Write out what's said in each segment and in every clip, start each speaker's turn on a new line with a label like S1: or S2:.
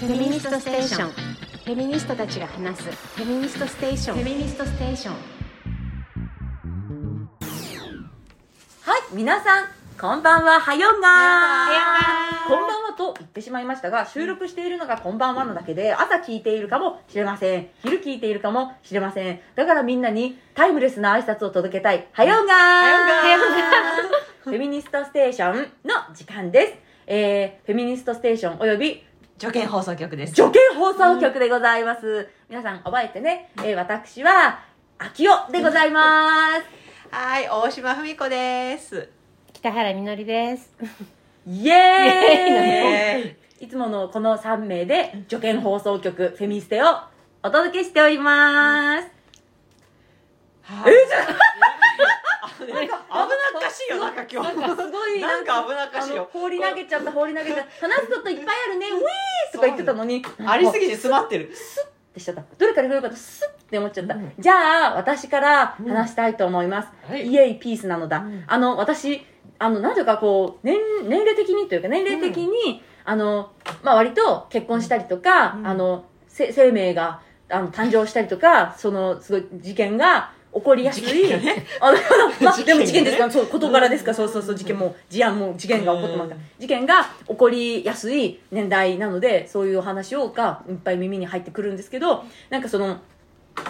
S1: フェミニストステーションフェミニストたちが話すフェミニストステーションフェミニストステーション
S2: はい、皆さん、こんばんは、はよんが
S1: はよ
S2: こんばんはと言ってしまいましたが、収録しているのがこんばんはのだけで、朝聞いているかもしれません。昼聞いているかもしれません。だからみんなにタイムレスな挨拶を届けたい。はよんがは
S1: よう
S2: フェミニストステーションの時間です。えー、フェミニストステーションおよび
S3: 条件放送局です。
S2: 助言放送局でございます。皆さん覚えてね、えー、私は、秋代でございます。
S3: はい、大島文子です。
S1: 北原みのりです
S2: イエーイ
S3: イエ
S2: いつものこの3名で助言放送局フェミステをお届けしております。
S3: はい、
S2: えじゃ
S3: 危なっかしいよ、なんか今 日。
S2: なんかすごい
S3: なんか危なっか
S2: あ
S3: しい
S2: の
S3: よ。
S2: 放り投げちゃった放り投げちゃった話すこといっぱい あるねウィーとか言ってたのに
S3: あり
S2: ぎ
S3: す
S2: っ
S3: ぎて詰まってる。
S2: てしちゃったどれからどれかとスッって思っちゃった、
S3: うん
S2: じゃあ私から話したいと思います、
S3: はい
S2: イエイピースなのだ、
S3: うん
S2: あの私あのなんていうかこう年年齢的にというか年齢的に、あのまあ割と結婚したりとか、
S3: うん
S2: あのせ生命があの誕生したりとかそのすごい事件が起こりやすい
S3: 事件がね
S2: あのまあ
S3: 事件
S2: で
S3: がね
S2: も事件ですからそう事柄ですから、
S3: うん
S2: そうそうそう事件も事案も事件が起こってますから
S3: うん
S2: 事件が起こりやすい年代なのでそういうお話をがいっぱい耳に入ってくるんですけどなんかその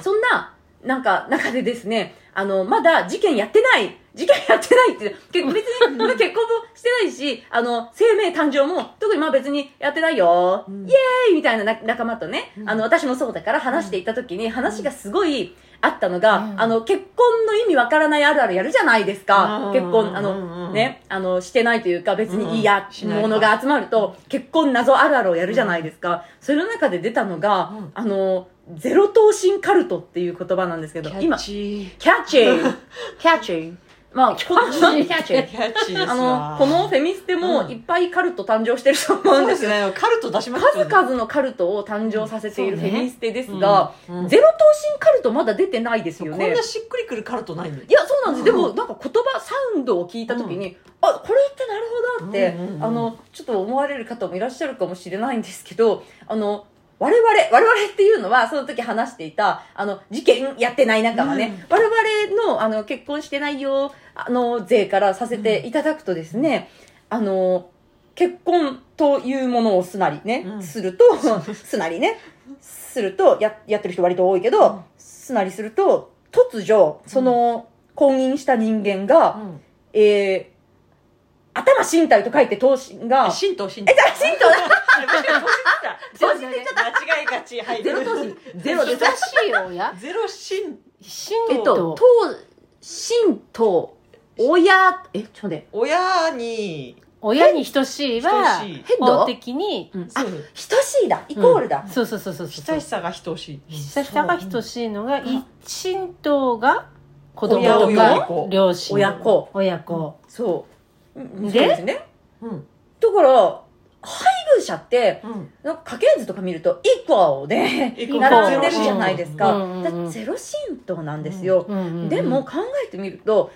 S2: そんななんか中でですねあのまだ事件やってない事件やってないって結構別にまだ結婚もしてないしあの生命誕生も特にまあ別にやってないよ、
S3: うん
S2: イエーイみたいなな仲間とね、
S3: うん
S2: あの私もそうだから話していた時に話がすごいあったのが、
S3: うん
S2: あの結婚の意味わからないあるあるやるじゃないですか、
S3: うん
S2: 結婚あの、
S3: うんうん
S2: ねあのしてないというか別にいいや、
S3: うんしないか
S2: ものが集まると結婚謎あるあるをやるじゃないですか、それの中で出たのが、
S3: うん
S2: あのゼロ等身カルトっていう言葉なんですけど今キ
S3: チ
S2: ャッチ ーキャッチーまあこ
S1: キャッチ
S3: ー。キャッチーです
S2: あの
S3: わ
S2: このフェミステもいっぱいカルト誕生してると思う
S3: そ
S2: ん
S3: う
S2: で
S3: ですす
S2: よ、
S3: ね、カルト出しました
S2: 数
S3: よね。
S2: 々のカルトを誕生させているフ
S3: そうね
S2: ェミステですが、
S3: うんうん
S2: ゼロ等身カルトまだ出てないです
S3: そう
S2: よ
S3: こ
S2: ね
S3: んなしっくりくるカルトないんだよ
S2: いや、そうなんです。でも、
S3: う
S2: なんか言葉、サウンドを聞いたときに、あ、これってなるほどって、
S3: うんうんうん
S2: あの、ちょっと思われる方もいらっしゃるかもしれないんですけど、あの、我々、我々っていうのは、その時話していた、あの、事件やってない仲間ね、我々の、あの、結婚してないよ、あの、税からさせていただくとですね、あの、結婚というものをすなりね、
S3: うん
S2: すると、 すなりね、すると、や、やってる人割と多いけど、
S3: うん
S2: すなりすると、突如、その、婚姻した人間が、
S3: うん
S2: えー、頭身体と書いて頭身が、え、
S3: 神道、神道。
S2: じゃあ身体だ
S3: あ間違えた間違えがち。はい。
S2: ゼロ頭身ゼロで
S1: 難しいよや
S3: ゼロ神、
S1: 神
S2: えっと、頭身と、親、え、ちょっと待って、
S3: 親に、
S1: 親に等しいは
S3: 等しい
S2: 変動
S1: 法的に
S3: そう
S2: 等しいだ、イコールだ。
S1: そうそうそうそうそう
S3: 親しさが等しい。
S1: 親しさが等しいのが一神道が子供
S3: 親
S1: と
S3: 親
S1: か
S3: 子
S1: 両親
S2: 親子
S1: 親子
S2: そう。うん
S1: で
S2: そうですね。
S3: うん。
S2: だから、配偶者って、
S3: うん。
S2: なんか家系図とか見ると、イコーで、
S3: イ
S1: コー
S2: 並んでるじゃないですか。
S1: うんうん
S2: だ
S1: う
S2: か
S1: ん
S2: らゼロ神道なんですよ。
S1: うんうんうん
S2: でも考えてみると、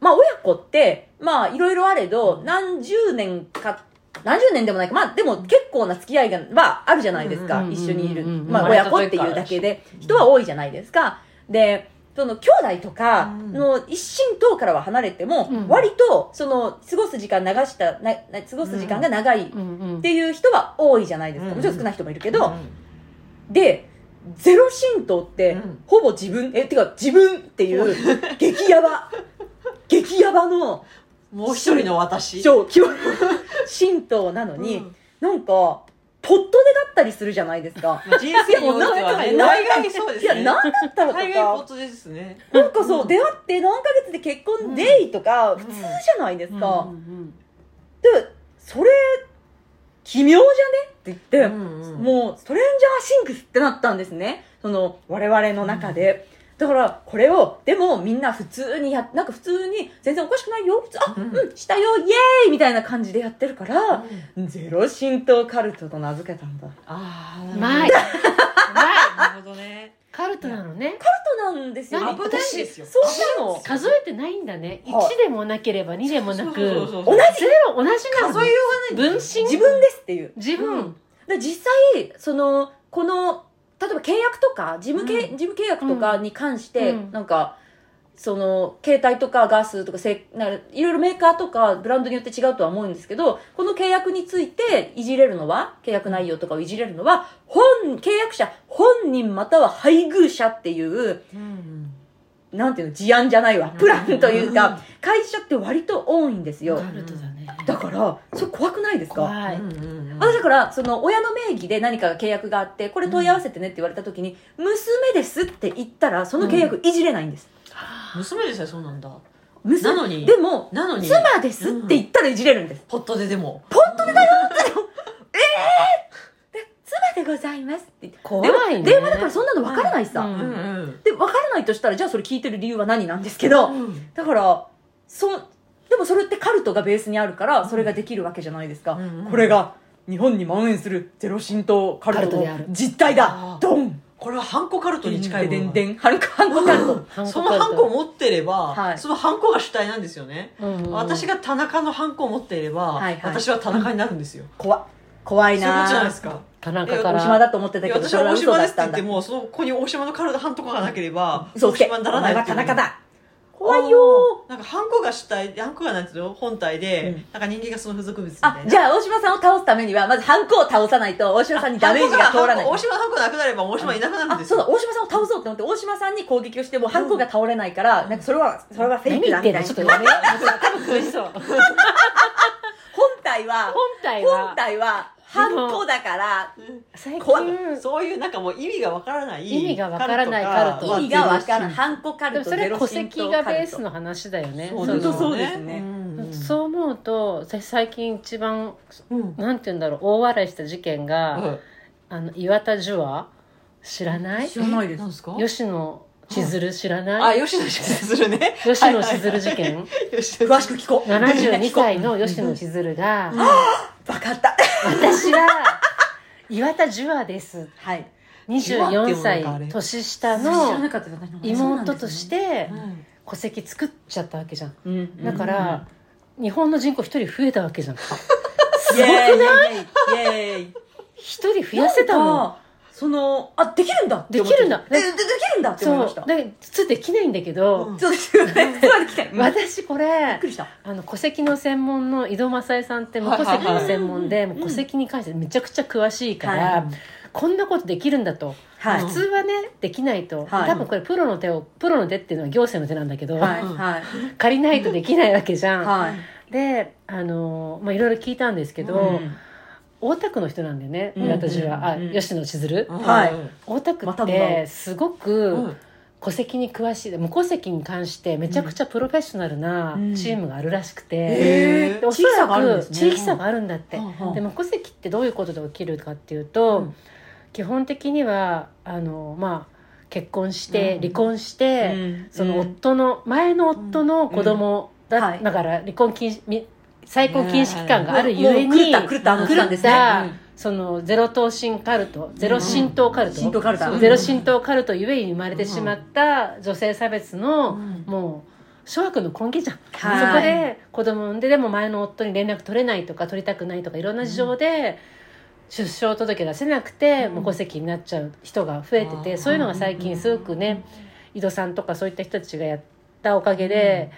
S2: まあ親子って、まあいろいろあれど、何十年か、何十年でもないか、まあでも結構な付き合いが、まああるじゃないです
S3: うん
S2: か。
S1: うんうん
S2: 一緒にいる。
S1: うんうんうん
S2: まあ親子っていうだけで、人は多いじゃないですか。で、その兄弟とかの一神等からは離れても、
S1: うん
S2: 割とその過ごす時間流した、なな過ごす時間が長いっ
S1: うんうん
S2: ていう人は多いじゃないですか。
S3: うん
S2: もちろん少ない人もいるけど、でゼロ神道って、
S3: うん
S2: ほぼ自分えてか自分っていう激ヤバ激ヤバの
S3: もう一人の私。
S2: 超極 神道なのに、
S3: うん
S2: なんかポットでだったりするじゃないですか。
S3: まあ人生においてはね、
S2: いやもう なんか
S3: 大概そうですね。
S2: いや何だったのと
S3: 大概ポ
S2: か
S3: ットですね。
S2: なんかそう、
S3: うん
S2: 出会って何ヶ月で結婚デイとか、
S3: ん
S2: 普通じゃないですか、
S1: うんうん
S2: でそれ奇妙じゃねって言って、
S3: も
S2: もうストレンジャーシンクスってなったんですねその我々の中で、だからこれをでもみんな普通にやなんか普通に全然おかしくないよ普通あ
S3: うん
S2: うんしたよイエーイみたいな感じでやってるから、ゼロ神道カルトと名付けたんだカル
S3: ああ、
S1: うまいうまい
S3: なるほどね。
S1: カルトなのね
S2: トなんですよ
S1: なん
S3: か危ないですよ
S2: そうなの
S1: 数えてないんだね
S2: はい
S1: 1でもなければ2でもなく
S3: そうそうそ
S1: 同
S3: う
S1: じゼロ同じなの
S3: 数えよ
S1: 分身
S2: 自分ですっていう
S1: 自
S3: うがない。
S1: 分
S2: で実際そのこの例えば契約とか事務け、
S1: うん
S2: 事務契約とかに関して、
S1: うん
S2: なんかその携帯とかガスとかせないろいろメーカーとかブランドによって違うとは思うんですけどこの契約についていじれるのは契約内容とかをいじれるのは本契約者本人または配偶者っていう
S3: うん
S2: なんていうの事案じゃないわプランという
S3: うん
S2: か会社って割と多いんですよ
S4: カルトだね
S2: だからそれ怖くないですか
S4: 怖い、
S3: うんうんうん
S2: 私だからその親の名義で何か契約があってこれ問い合わせてねって言われた時に、娘ですって言ったらその契約いじれないんです、
S3: 娘でさえそうなんだ
S2: 娘
S3: なのに
S2: でも
S3: なのに
S2: 妻ですって言ったらいじれるんです、
S3: ポットででも
S2: 妻でございますって言って
S4: 怖
S2: 電話
S4: いね
S2: 電話だからそんなの分からないしさ、
S4: うん
S3: ん
S2: で分からないとしたらじゃあそれ聞いてる理由は何なんですけど、
S3: うん
S2: だからそでもそれってカルトがベースにあるからそれができるわけじゃないですか、
S3: うん
S2: これが日本に蔓延するゼロ神道カルト
S4: カルトであ
S2: の
S4: る
S2: 実態だ
S3: あー
S2: ドン
S3: これはハンコカルトに近いも
S2: で
S3: の
S2: ん
S3: が
S2: でんでんハンコハンコカルト
S4: ハンコ
S3: そのハンコを持ってれば、
S2: はい
S3: そのハンコが主体なんですよね、
S4: うん
S3: 私が田中のハンコを持っていれば、
S2: はいはい
S3: 私は田中になるんですよ、
S2: 怖っ怖い
S3: そういうことじゃない
S2: な
S3: ですか
S4: 田中か
S2: 大
S4: ら
S2: 島だと思ってた
S3: い
S2: け
S3: や
S2: ど
S3: 私
S2: それ
S3: は
S2: は
S3: 大
S2: 嘘
S3: 島
S2: だ
S3: で
S2: っ
S3: すって
S2: たん
S3: 言っ
S2: だ
S3: てもそのここに大島のカルトハンコがなければ
S2: 嘘
S3: 大
S2: つけ
S3: 島になら
S2: お
S3: ない
S2: 前は
S3: ってい
S2: 田
S3: う
S2: 中だ怖
S3: 怖
S2: いよ
S3: なんかハンコが主体ハンコがなんていうの本体で、
S2: うん
S3: なんか人間がその付属物みたいな
S2: あじゃあ大島さんを倒すためにはまずハンコを倒さないと大島さんにダメージが通らない
S3: ハンコハンコ大島のハンコなくなれば大島いなくなるん
S2: あ
S3: です
S2: そうだ
S3: よ
S2: 大島さんを倒そうって思って大島さんに攻撃をしてもハンコが倒れないからなんかそれはそれはフェイ
S4: 何
S2: ク
S4: 言
S2: だ
S4: ってん
S2: みた
S4: だ
S2: いな
S4: ちょっ
S2: 本
S4: とやめよう多分苦 しそう本体
S2: 体は
S4: は
S2: 本体はハンコだから
S4: 最近
S2: 怖い
S3: そういうなんかもう意味がわからない
S4: 意味がわからないカルト
S3: まあ
S2: 意味がわからん
S3: ゼロ神
S2: ハンコカ
S4: で
S2: ル
S4: も
S2: ト
S4: それ
S2: ゼロ
S4: 戸
S2: 神
S4: 籍
S2: 道
S4: が
S2: カ
S4: ベー
S2: ルト
S4: スの話だよね
S3: そう
S2: 本当
S4: の
S2: そうですね
S3: うん
S4: そう思うと私最近一番
S3: うん
S4: なんて言うんだろう大笑いした事件が、あの岩田樹亜知らない
S2: 知らないです
S3: えんすか
S4: 吉野千鶴知ら
S3: あ、
S4: ない
S3: 吉野千鶴ね。
S4: 吉野千鶴事件
S3: 吉野
S2: 詳しく聞こう
S4: 72歳の吉野千鶴が
S2: 分かった
S4: 私は岩田樹亜です
S2: はい
S4: 24
S3: 樹亜っていうのがあれ
S4: 歳年下
S2: 知らな
S4: の
S2: かったです私
S4: 妹とし、て
S3: うん
S4: 戸籍作っちゃったわけじゃん
S2: そうなんですね
S4: だから、日本の人口1人増えたわけじゃん
S2: すごくないイエーイイエーイ
S4: 一人増やせたの
S2: なんかそのあできるんだって思っ
S4: で
S2: て
S4: きるんだ
S2: えでできるんだって思いま
S4: そう
S2: した
S4: だから普通できないんだけど、
S3: うん
S2: そう ですよねそうできたびっ
S4: 私これ
S2: くりした
S4: あの戸籍の専門の井戸正恵さんってもう戸籍の専門でもう戸籍に関してめちゃくちゃ詳しいから、
S2: は
S4: こんなことできるんだと、
S2: はい
S4: 普通はねできないと、
S2: はい
S4: 多分これプロの手をプロの手っていうのは行政の手なんだけど、
S2: はいはい
S4: 借りないとできないわけじゃん。
S2: はい
S4: であの、まあ、いろいろ聞いたんですけど、
S2: うん
S4: 大田区の人なんだよね
S2: うん
S4: 私は、
S2: うん
S4: あ吉野千鶴、
S2: はい
S4: 大田区
S2: また
S4: っ
S2: んだ
S4: てすごく、戸籍に詳しい無戸籍に関してめちゃくちゃプロフェッショナルな
S2: うん
S4: チームがあるらしく
S2: へ
S4: て、
S2: え
S4: でおそ
S2: 地域差
S4: ら
S2: があるんで
S4: く
S2: すね
S4: 地域差があるんだって、
S2: うん
S4: で無戸籍ってどういうことで起きるかっていうと、
S2: うん
S4: 基本的にはあの、まあ、結婚して
S3: うん
S4: 離婚して、その夫の前の夫の子供だ,、
S2: うんはい
S4: だから離婚禁止み再婚禁止期間があるゆ
S2: もう
S4: えに、
S2: 狂った狂ったあの
S4: 狂
S2: さん
S4: っ
S2: です
S4: た、
S2: ね
S4: そのゼロ等身カルトゼロ浸透カルト、
S2: 浸透カルタ
S3: そう
S4: ゼロ浸透カルトゆえに生まれてしまった女性差別の、
S3: うん
S4: もう諸悪の根源じゃん、
S2: はい
S4: そこで子供産んででも前の夫に連絡取れないとか取りたくないとかいろんな事情で出生届出せなくて、
S3: うん
S4: 無戸籍になっちゃう人が増えてて、
S3: あー
S4: そういうのが最近すごくね、井戸さんとかそういった人たちがやったおかげで、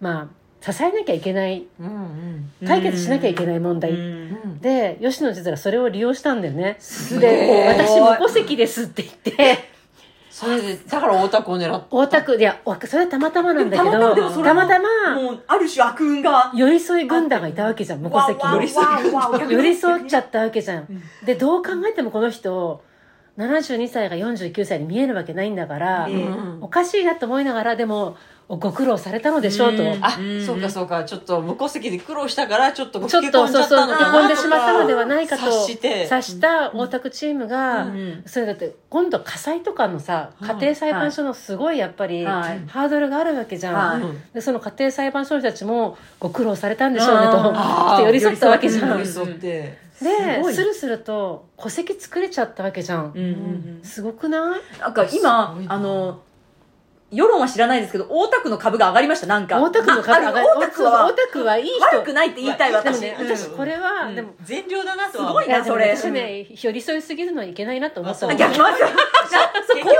S4: まあ支えなきゃいけない
S3: うん
S4: 解決しなきゃいけないい問題、
S3: うん
S4: で吉野実はそれを利用したんだよね
S2: すごい
S4: で私無戸籍ですって言 って
S3: それでだから大田区を狙っ
S4: 大田区いやわそれはたまたまなんだけど
S2: たまたまでもそれ
S4: たまたま
S2: もうある種悪運が
S4: 寄り添い軍団がいたわけじゃん無戸籍
S2: わ
S4: の
S2: わわわわ
S4: 寄り添っちゃったわけじゃ
S2: ん
S4: んでどう考えてもこの人72歳が49歳に見えるわけないんだから、
S2: ええ
S4: おかしいなと思いながらでもおご苦労されたのでしょうと、
S2: うん
S3: あそうかそうかちょっと無戸籍で苦労したからちょっと
S4: ちょっとそうそう
S2: な
S4: へこんでしまったのではないかと
S3: 察して
S4: 察した大田区チームが、
S2: うん
S4: それだって今度火災とかのさ
S3: うん
S4: 家庭裁判所のすごいやっぱり、
S2: はい
S4: ハードルがあるわけじゃん、
S2: はい
S4: でその家庭裁判所の人たちもご苦労されたんでしょうねと
S3: あ ー
S4: ちょっと寄り添ったわけじゃ
S3: 寄
S4: ん
S3: り
S4: で
S3: 添って
S2: すごい
S4: スルスルと戸籍作れちゃったわけじゃん、
S2: うんうんうん
S4: すごくない
S2: なんか今
S3: すごいな
S2: あの世論は知らないですけど、大田区の株が上がりました、なんか。
S4: 大田区の株上が
S2: あ
S4: る
S2: あの大田区は
S4: 大田区はいい人
S2: 悪くないって言いたい
S4: でも
S2: 私。
S4: ね
S3: うん
S4: 私これは、
S3: うん
S4: でも
S3: 善良だなとは
S2: す
S3: 思
S2: ご
S3: う
S2: いな、そ
S4: い
S2: れ
S4: や。でも私ね寄り添いすぎるのはいけないなと思った
S3: あ
S4: の
S3: そう
S2: 逆ますよ。そう、こう、こういう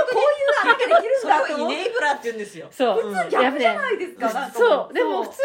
S2: あなたできるん
S3: そ
S2: だ
S3: れ
S2: と
S3: を
S2: 思っ
S3: イ
S2: て。
S3: ネイブラって言うんですよ
S4: そう
S3: 普通
S4: やっぱ
S2: 逆
S4: ね
S2: じゃないですか、なんか
S4: そうでも普通はさ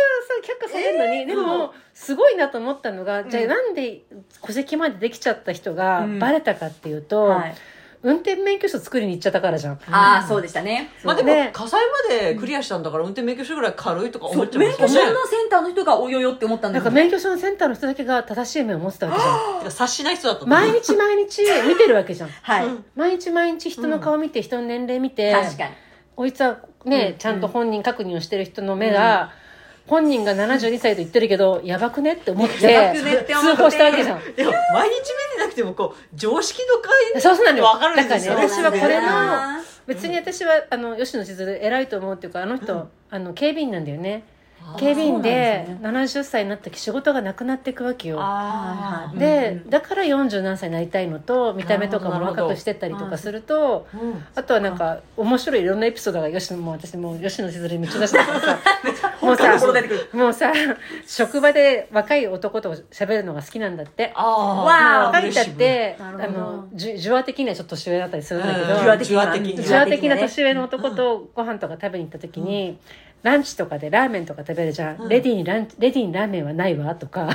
S4: 却下されるのに、でもすごいなと思ったのが、じゃあなんで戸籍までできちゃった人が
S2: うん
S4: バレたかっていうと、
S2: はい。
S4: 運転免許証作りに行っちゃったからじゃん
S2: ああ、そうでしたね。
S3: まあでも、
S4: ね
S3: 火災までクリアしたんだから運転免許証ぐらい軽いとか
S2: そ
S3: 思っ
S2: う
S3: ちゃいま
S2: 免
S3: す
S2: 許証
S3: よね
S2: のセンターの人がおよよって思ったん
S4: な
S2: で
S4: んか
S2: すよ。
S4: 免許証のセンターの人だけが正しい面を持ってたわけじゃん
S3: てか察しない人だったと思う
S4: 毎日毎日見てるわけじゃん
S2: はい。
S3: うん
S4: 毎日毎日人の顔見て人の年齢見て、
S2: 確かに。
S4: こいつはね、ちゃんと本人確認をしてる人の目が、本人が72歳と言ってるけど、やばくねって思って、
S2: やばくねって思って
S4: 通報したわけじゃん。
S3: でも毎日目でなくてもこう常識の会
S4: そうそうなのよ。
S3: わかるん
S4: だか
S3: で
S4: ら
S3: す
S4: ね、
S3: よ
S4: 私はこれ
S2: そうなんだ
S4: の、
S2: よな
S4: 別に私は、あの、吉野千鶴偉いと思うっていうか、あの人、あの、警備員なんだよね。警備員で
S2: そう
S4: 70歳になった時仕事がなくなっていくわけよ。
S3: あー
S2: ー
S4: で、
S2: うん
S4: だから40何歳になりたいのと見た目とかも若くしてったりとかすると
S3: うん
S4: あとはなんか面白いいろんなエピソードが吉野もう私もう吉野千鶴に道出したからさ もう
S2: 本当に
S4: さ
S2: 心出てくる
S4: もうさ職場で若い男と喋るのが好きなんだって
S3: あ
S2: わ
S4: まあ
S2: ー
S4: 若い人って
S2: な
S4: あ
S2: るほど
S4: のじゅ受話的にはちょっと年上だったりするんだけ
S3: うん
S4: ど
S3: 受話的
S4: 受
S3: 受
S4: 話的な
S2: ね
S4: 年上の男とご飯とか食べに行った時に、ランチとかでラーメンとか食べるじゃん、
S3: うん
S4: レディーにランレディーにラーメンはないわとか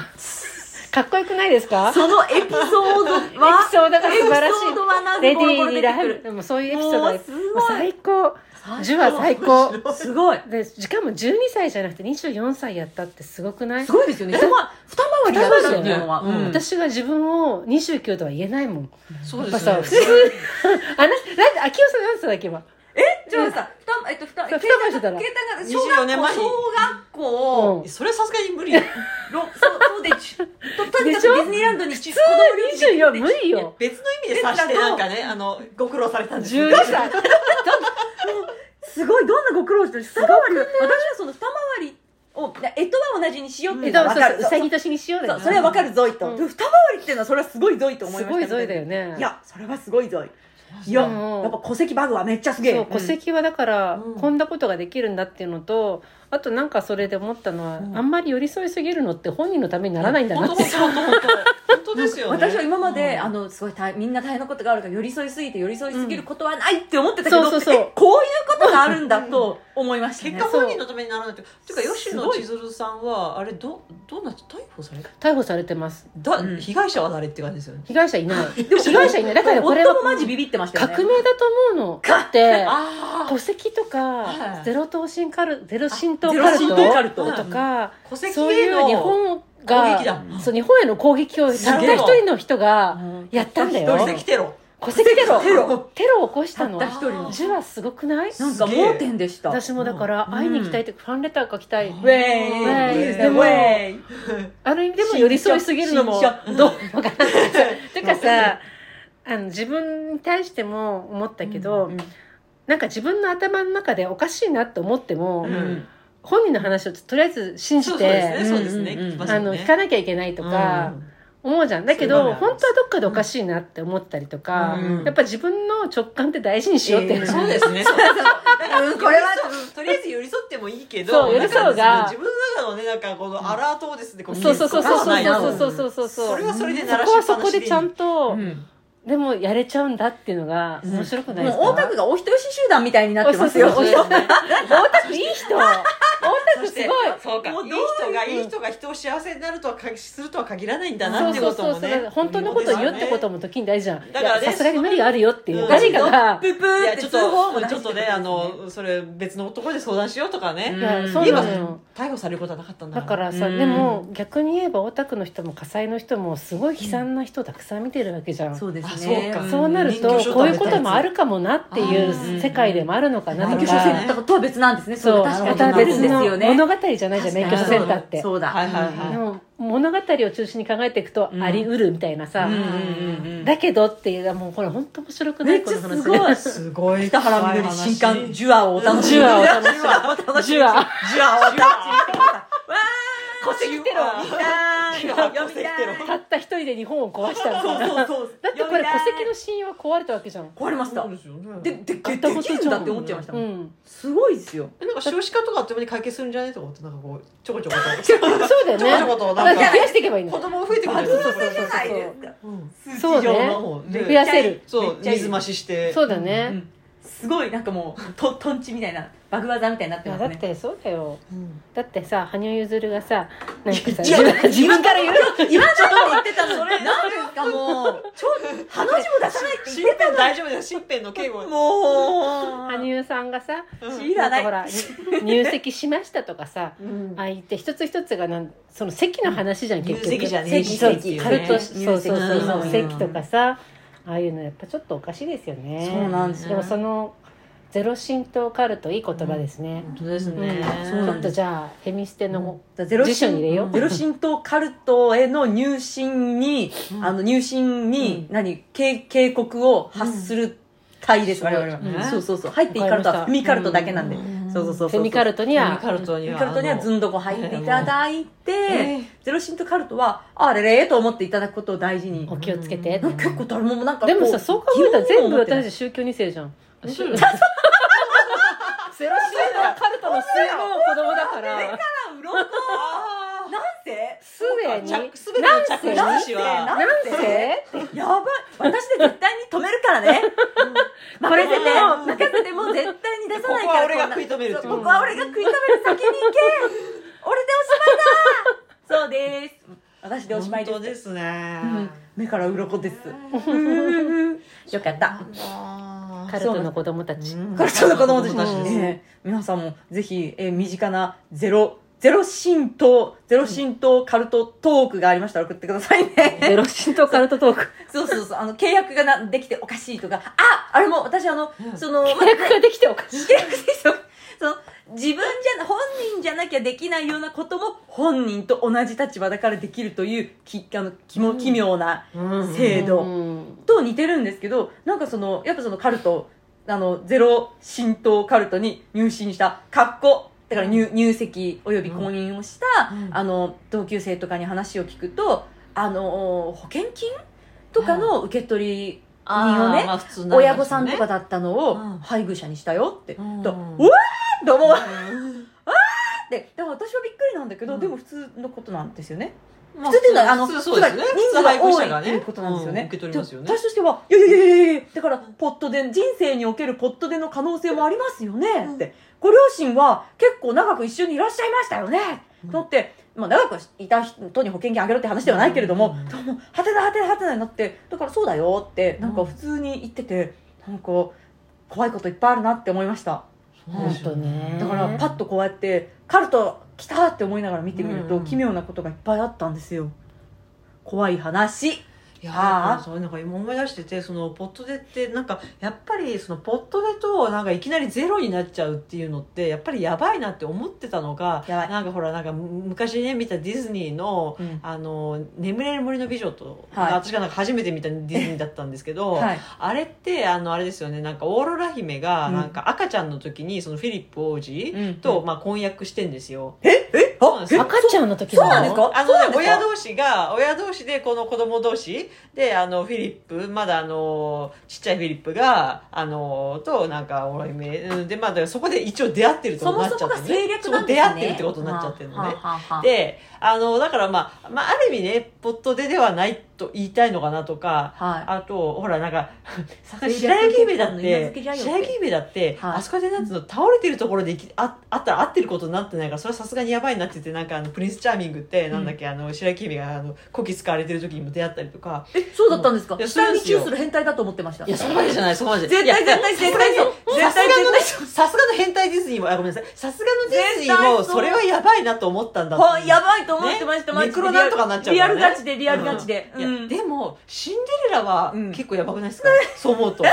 S4: かっこよくないですか
S2: そのエピソードは
S4: エピソードが素晴らしい
S2: エピソードはなぜ
S4: レデ
S2: ボロボ
S4: ィ
S2: ロ
S4: ー
S2: 出
S4: に
S2: て
S4: ラ
S2: く
S4: ー
S2: る
S4: メンもうそういうエピソードが
S2: もうすごい
S4: もう最高受話最
S3: 面
S4: 高
S3: 白い
S2: すごい
S4: でしかも12歳じゃなくて24歳やったってすごくない
S2: すごいですよね一回二回りやったっていうのは
S3: 二回りだよねうん
S4: 私が自分を29とは言えないもん
S3: そう
S4: やっ
S3: で
S4: ぱ
S3: す
S4: さ
S3: ね
S4: 普通あななんで秋代さん何歳だっけ今
S2: じゃあさ二回りえっと二回り
S4: そう
S2: 携
S4: 二回りしてたら
S2: 帯が携帯が小
S3: 24年
S2: 学校
S3: 前
S2: 小
S3: に
S2: 学校
S4: うん
S3: それさすがに無理よ
S2: ろそうそうでちゅとと
S4: で
S2: にかく
S4: し
S2: デ
S4: ょ
S2: ィズニーランドに普通
S4: 24無理よ
S3: 別の意味で察してなんかねあのご苦労されたんですよ
S4: 12歳
S2: すごいどんなご苦労してる二回り私はその二回りをえとは同じにしようって
S4: え
S2: い
S4: っ
S2: うの
S4: と
S2: は分
S4: そ
S2: か
S4: う
S2: る
S4: うさぎ年にしようだよ
S2: そう
S4: ね
S2: それは分かるぞいと、
S4: うん
S2: で二回りっていうのはそれはすごいぞいと思い
S4: すご
S2: ました
S4: いぞいだよね
S2: いやそれはすごいぞいいや
S4: うん
S2: やっぱ戸籍バグはめっちゃすげえ
S4: そう戸籍はだから、
S3: うん
S4: こんなことができるんだっていうのとあとなんかそれで思ったのは、
S3: ん
S4: あんまり寄り添いすぎるのって本人のためにならないんだなって、
S3: 本当本当本当本当ですよね
S2: 私は今まで、
S3: うん
S2: あのすごい大みんな大変なことがあるから寄り添いすぎて寄り添いすぎることはないって思ってたけど、
S4: うんそうそうそう
S2: えこういうことがあるんだと思いましたね
S3: 結果本人のためにならないってていうか吉野千鶴さんはあれどどんな逮捕された
S4: 逮捕されてます
S3: だ、
S2: うん
S3: 被害者は誰って感じですよね
S4: 被害者いない被害者いないだからこれは
S2: 夫もマジビビってましたよね
S4: 革命だと思うのだって
S3: あ
S4: 戸籍とか
S3: はい
S4: ゼロ等身カルゼロ浸透
S2: ゼ
S4: カ
S2: ロ
S4: ル
S2: 浸
S4: ト
S2: 透カルト
S4: とか、
S3: 戸籍
S4: そうい
S3: へ
S4: う
S3: の
S4: 日本
S3: 攻撃だ
S4: がそう日本への攻撃をたった一人の人が
S2: うん
S4: やったんだ
S3: 戸
S4: よ
S3: 籍テロ
S4: 戸籍テロ
S2: 戸籍テロ
S4: テロを起こしたの
S2: たった一人の
S4: 銃はすごくない
S2: なんか
S3: すげえ
S2: 盲点でした
S4: 私もだから
S2: ん
S4: 会いに行きたいってファンレター書きたい、
S2: ウェイ
S3: ウ
S4: ェイ
S2: いいですね
S4: で
S2: ウ
S4: も
S2: ェイ
S4: ある意味でも寄り添いすぎるのも
S2: 新書
S4: どうかなってかさあの自分に対しても思ったけど、
S2: うん
S4: なんか自分の頭の中でおかしいなと思っても、
S3: うん
S4: 本人の話をとりあえず信
S3: そ
S4: じ
S3: うそうです
S4: て、
S3: ねそうですね
S2: うんうんうん
S3: 聞きます
S4: あ
S3: よ
S4: の
S3: ね
S4: 聞かなきゃいけないとか
S3: うん
S4: 思うじゃんだけ
S3: そうい
S4: ど
S3: う場面あり
S4: 本
S3: ます
S4: 当はどっかでおかしいなって思ったりとか、
S2: うん
S4: やっぱ自分の直感って大事にしようって、
S2: えー
S3: そうですねそう
S2: うんこれは
S3: とりあえず寄り添ってもいいけど
S4: そう寄り添うが
S3: なんかですね自分の中のねなんかこのアラートをですねこ
S4: そうそうそうそう
S3: 見
S4: そう
S3: えるとこ
S4: そうそうそうそう
S3: それはそれで
S4: そ
S3: 鳴らし
S4: こはそこでちゃんと、
S2: うん
S4: でもやれちゃうんだっていうのが面白くないですか、
S2: もう大田区がお人よし集団みたいになってますよ
S4: そうそう そう大田区いい人大田
S3: そ
S4: 区
S3: し
S4: す
S3: て
S4: ごい
S3: そうかいい
S2: もうどう
S3: 人がいい人が人を幸せになるとはかするとは限らないんだ
S4: そ
S3: なっ
S4: う
S3: て
S4: そ
S3: こ
S4: う
S3: と
S4: そう
S3: も
S4: そう、
S3: ね
S4: 本当のことを言うってこと
S3: も
S4: も時に大事じゃん
S3: だからね
S4: いやさすがに無理があるよっていう
S3: うん
S4: 誰かが
S2: プープ
S3: い
S2: ーっ
S3: や
S2: て
S3: ちょっ
S2: 通報も
S3: と
S2: 出し
S3: ち
S2: て
S3: ょっ
S2: く
S3: と
S2: る
S3: ねあのそれ別の男で相談しようとかね
S4: い
S2: うん
S4: やそうなのよ
S3: 今逮捕されることはなかったんだ
S4: だからさ、
S2: うん
S4: でも逆に言えば大田区の人も火災の人もすごい悲惨な人たくさん見てるわけじゃん、
S2: そうです
S3: あ
S2: ね
S3: そうか
S4: そうなると
S3: 免許証
S4: こういうこともあるかもなってい
S2: うん
S4: う世界でもあるのかな
S2: 免
S4: と
S2: 許証セ
S4: か
S2: ンターとは別なんですね
S4: そう
S2: れ
S4: ま
S2: 確か
S4: た
S2: に
S4: 別
S2: 別ですよ
S4: の
S2: ね
S4: 物語じゃないじゃん免許証センターって
S2: そうだ
S3: はいはいはい
S4: でも物語を中心に考えていくと
S2: うん
S4: ありうるみたいなさ、
S2: うんうんうん
S4: だけどっていうもうこれ本当面白くな
S2: めっ
S4: い
S2: ちゃ
S4: この
S2: す
S4: 話
S2: ごい
S3: すごい
S2: 北原みのり新刊ジュアをお楽しみ
S4: ジュアをお楽し
S2: ジュアをお楽しみ
S4: ジュア
S2: ジュアをお楽しみくださいわ
S3: 戸籍テ
S2: ーいいなーたい
S3: いや
S2: 読みた
S3: 戸籍って
S2: い
S4: たった一人で日本を壊したの
S2: そうそうそう
S4: だってこれ戸籍の
S2: 読み
S4: 信用は壊れたわけじゃん
S2: たい壊れました
S3: ですよね
S2: で
S3: で
S2: でで
S4: あ
S2: で
S4: ったこ
S2: き
S4: と
S2: る
S4: じ
S2: ん
S4: ゃ
S2: だ
S4: ん
S2: って思っちゃいました
S4: う
S2: もん
S4: ん、
S2: すごいですよ
S3: なんか少子化とかあっという間に解決するんじゃないとか思ってなんかこうちょこちょこ
S4: そう
S3: と
S4: だよね
S3: ちょこちょこと
S4: だ
S3: な
S4: か
S3: んから
S4: 増やしていけばいい
S3: 子
S4: の
S3: 供増えてくる
S2: バ
S3: ん
S2: ズ
S3: じゃ
S2: ら
S3: な
S2: せ
S3: い
S2: じゃないですか
S3: うん
S2: 数
S4: そう
S2: 字上
S4: ね
S2: の方
S3: で
S4: 増やせる
S3: そう
S2: めっちゃいい
S3: 水増しして
S4: そうだね、
S2: すごいなんかもうととんちみたいなバグ技みたいになっ
S4: い
S2: て
S4: や
S2: ま
S4: だ
S2: す
S4: っ
S2: ね
S4: てそうだよ
S3: うん
S4: だってさ羽生結弦がさなんかさ
S2: 違う
S4: 自
S2: 自
S4: 分
S2: 分
S4: か
S2: からら
S4: 言
S2: 言
S4: う
S2: う今ちょっと言ってたのそれ何ですかもうちょ鼻血も出さないって
S3: 身
S2: 言って
S3: 辺大丈夫だよ身辺の警護
S2: たもう
S4: 羽生さんがさ
S3: うん
S2: いらない
S4: んかほらに入籍しましたとかさ
S2: うん
S4: ああ言って一つ一つがなんその席の話じゃん、結局
S3: 入籍じゃね
S4: 席そう
S3: 入籍
S4: カルト
S2: ね
S4: そうそうそうそう
S3: 入籍
S4: 席とかさああいうのやっぱちょっとおかしいですよね
S2: そうなんですよ
S4: でもそのゼロ浸透カルトいい言葉ですね、
S3: 本当です
S4: うんち
S2: そうな
S4: ょっ
S2: んで
S4: と
S2: す
S4: じゃあフェミステの、
S2: ゼロ
S4: 辞書に
S2: 神
S4: 入れよう
S2: ゼロ神とカルトへの入信に、あの入信に
S3: う
S2: 何警警告を発する会です、
S3: うん
S2: 我々は、
S3: うん
S2: そうそうそう入っていいカルト
S4: わ
S2: は
S4: か
S2: フ
S4: りました
S2: ミカルトだけなんで、
S3: うん
S2: そうそうそう
S4: フェミカル
S2: ト
S4: トには
S3: カルトに
S2: フェミ
S3: は
S2: カルトにはずんどこ入っていただいて、ゼロ神とカルトはあれれと思っていただくことを大事に、
S4: お気をつけて、
S2: なんか結構誰もなんかこ
S4: で
S2: う
S4: もさそう考えたら全部
S2: 疑問を持ってな
S4: 私
S2: い
S4: たち宗教2世じゃん
S3: あそう
S4: ゼロ神とカルトの末の子供だから
S3: あ
S2: なんて
S4: すでに
S3: 着すべての着
S4: なん
S3: 地
S2: て
S3: は
S4: なんで
S2: やばい私で絶対に止めるから ね
S4: ん
S2: 任せて
S3: うん
S2: 任せてもう絶対に出さない
S3: ここ
S2: か
S3: は
S2: ら
S3: 俺が
S2: んな
S3: 食い止めるって
S2: そうここは俺が食い止める先に行け俺でおしまいだそうです私でおしまい
S3: 本
S2: で
S3: 当
S2: す
S3: ですね
S2: うん目から鱗です
S3: う
S2: よかった
S3: ん
S4: カルトの子供たち
S2: これちょっと子供たち
S4: 子供たちです
S2: ね皆さんもぜひ、えー身近なゼロゼロ浸透ゼロ浸透カルトトークがありましたら送ってくださいね
S4: ゼロ神とカルトトーク
S2: そうそうそう、あの、契約がなできておかしいとか、ああれも、私あの、
S3: うん
S2: その、まあ
S4: 契約ができておかしい
S2: 契約ですよ。その、自分じゃ、本人じゃなきゃできないようなことも、本人と同じ立場だからできるという、き、あの、きも、奇妙な制度、
S4: うん
S2: と似てるんですけど、なんかその、やっぱそのカルト、あの、ゼロ浸透カルトに入信した、格好。だから入入籍および公認をした、
S3: うん
S2: あの、同級生とかに話を聞くと、あの、保険金とかの受け取り人をね、
S3: あーまあ普通になります
S2: 親
S3: よね
S2: 御さんとかだったの
S3: う
S2: を
S3: ん
S2: 配偶者にしたよって、
S3: うん
S2: とうわーと思っ
S3: うん
S2: てだから私はびっくりなんだけど、
S3: うん
S2: でも普通のことなんですよね、
S3: まあ
S2: 普通っていうのはあの
S3: 普通そうですね
S2: つまり人数が
S3: 普通配偶者
S2: 多いっていうことなんですよね
S3: う受け取りますよね
S2: で私としてはいやいやいやいやいやだからポットで人生におけるポットでの可能性もありますよねって、ご両親は結構長く一緒にいらっしゃいましたよね、
S3: うん
S2: とって、まあ、長くいた人に保険金あげろって話ではないけれども、
S3: うん
S2: でもはてなはてなはてなになってだからそうだよってなんか普通に言っててなんか怖いこといっぱいあるなって思いました
S3: そうですよ
S4: 本当ね
S2: だからパッとこうやってカルト来たって思いながら見てみると、
S3: うん
S2: 奇妙なことがいっぱいあったんですよ怖い話
S3: いや
S2: あー
S3: ーそうなんか今思い出しててそのポットでってなんかやっぱりそのポットでとなんかいきなりゼロになっちゃうっていうのってやっぱりやばいなって思ってたのが
S2: やばい
S3: なんかほらなんかむ昔ね見たディズニーの
S2: うん
S3: 「あの眠れる森の美女と」
S2: はい
S3: 私がなんか初めて見たディズニーだったんですけど、
S2: はい
S3: あれってあのあれですよねなんかオーロラ姫が
S2: うん
S3: なんか赤ちゃんの時にそのフィリップ王
S2: うん
S3: 子とまあ婚約してんですよ。
S2: え
S3: そうなんですよ
S4: 赤ちゃんの時
S2: そうなんですか
S3: あ
S2: そうなん
S3: の
S2: で
S3: ね、
S2: すか
S3: 親同士が、親同士で、この子供同士で、あの、フィリップ、まだあの、ちっちゃいフィリップが、あの、と、なんか、おらめ、うんで、まだそこで一応出会ってるってこ
S2: そ
S3: とに
S2: も
S3: なっちゃ
S2: そ
S3: っ
S2: も
S3: て
S2: が
S3: る
S2: 政略
S3: そ
S2: な
S3: こ
S2: んですね
S3: 出会ってるってことになっちゃってるのね。
S2: ね
S3: で、あの、だからまあ、まあ、ある意味ね、ポットでではないと言いたいのかなとか、
S2: は
S3: あと、ほら、なん か、白
S2: 略
S3: 雪姫だっ
S2: 結婚の色
S3: て
S2: 付、けじゃ
S3: 白
S2: よって
S3: 雪姫だって、
S2: はい
S3: あそこでなんつうの、倒れてるところでいきああったら合ってることになってないから、それはさすがにやばいなって言って、なんかあの、プリンスチャーミングって、なんだっけ、あの、白雪姫が、あの、こき使われてる時にも出会ったりとか、
S2: えそうだったんですか
S3: いやそう
S2: 下
S3: で
S2: に
S3: す
S2: チ
S3: よ
S2: ューする変態だと思ってました
S3: いや、そこまでじゃない、そこまで。
S2: 絶対
S3: いや
S2: 絶対絶対そう
S3: さ
S2: 絶
S3: すが
S2: 対
S3: のね、
S2: 絶
S3: さすがの変態ディズニーも、あ、ごめんなさい。さすがのディズニ
S2: 絶
S3: ーも、
S2: 対そう
S3: それはやばいなと思ったんだっていう
S2: はいやばいと思ってました、
S3: ね
S2: マジで
S3: ネクロなんとかなっちゃう
S2: リ
S3: か
S2: ア
S3: らね
S2: ルガチでリアルガチで、
S3: いや
S2: うん
S3: でもシンデレラは
S2: うん
S3: 結構やばくな いですか、そう思うと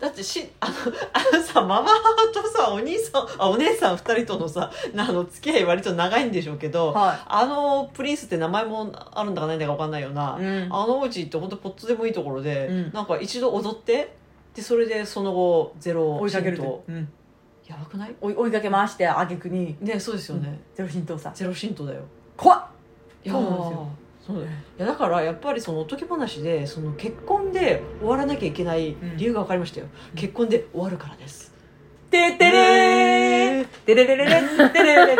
S3: だってし あのあのさママとさお兄さんあお姉さん2人とのさあの付き合い割と長いんでしょうけど、
S2: は
S3: あのプリンスって名前もあるんだかないんだか分かんないような、
S2: い、うん
S3: あのおうちって本当ポットでもいいところで、
S2: うん
S3: なんか一度踊ってでそれでその後ゼロ
S2: 追いかける
S3: 浸
S2: と
S3: 透、
S2: うん
S3: やばくない
S2: 追い追いかけ回して挙句に
S3: ねそうですよね、
S2: ゼロ浸透さ
S3: ゼロ浸透だよ
S2: 怖っ
S3: いいや
S2: そうなんですよ
S3: そうねいやだからやっぱりそのおとぎ話でその結婚で終わらなきゃいけない理由が分かりましたよ、結婚で終わるからです
S2: てってれーてれれれれてれれれれ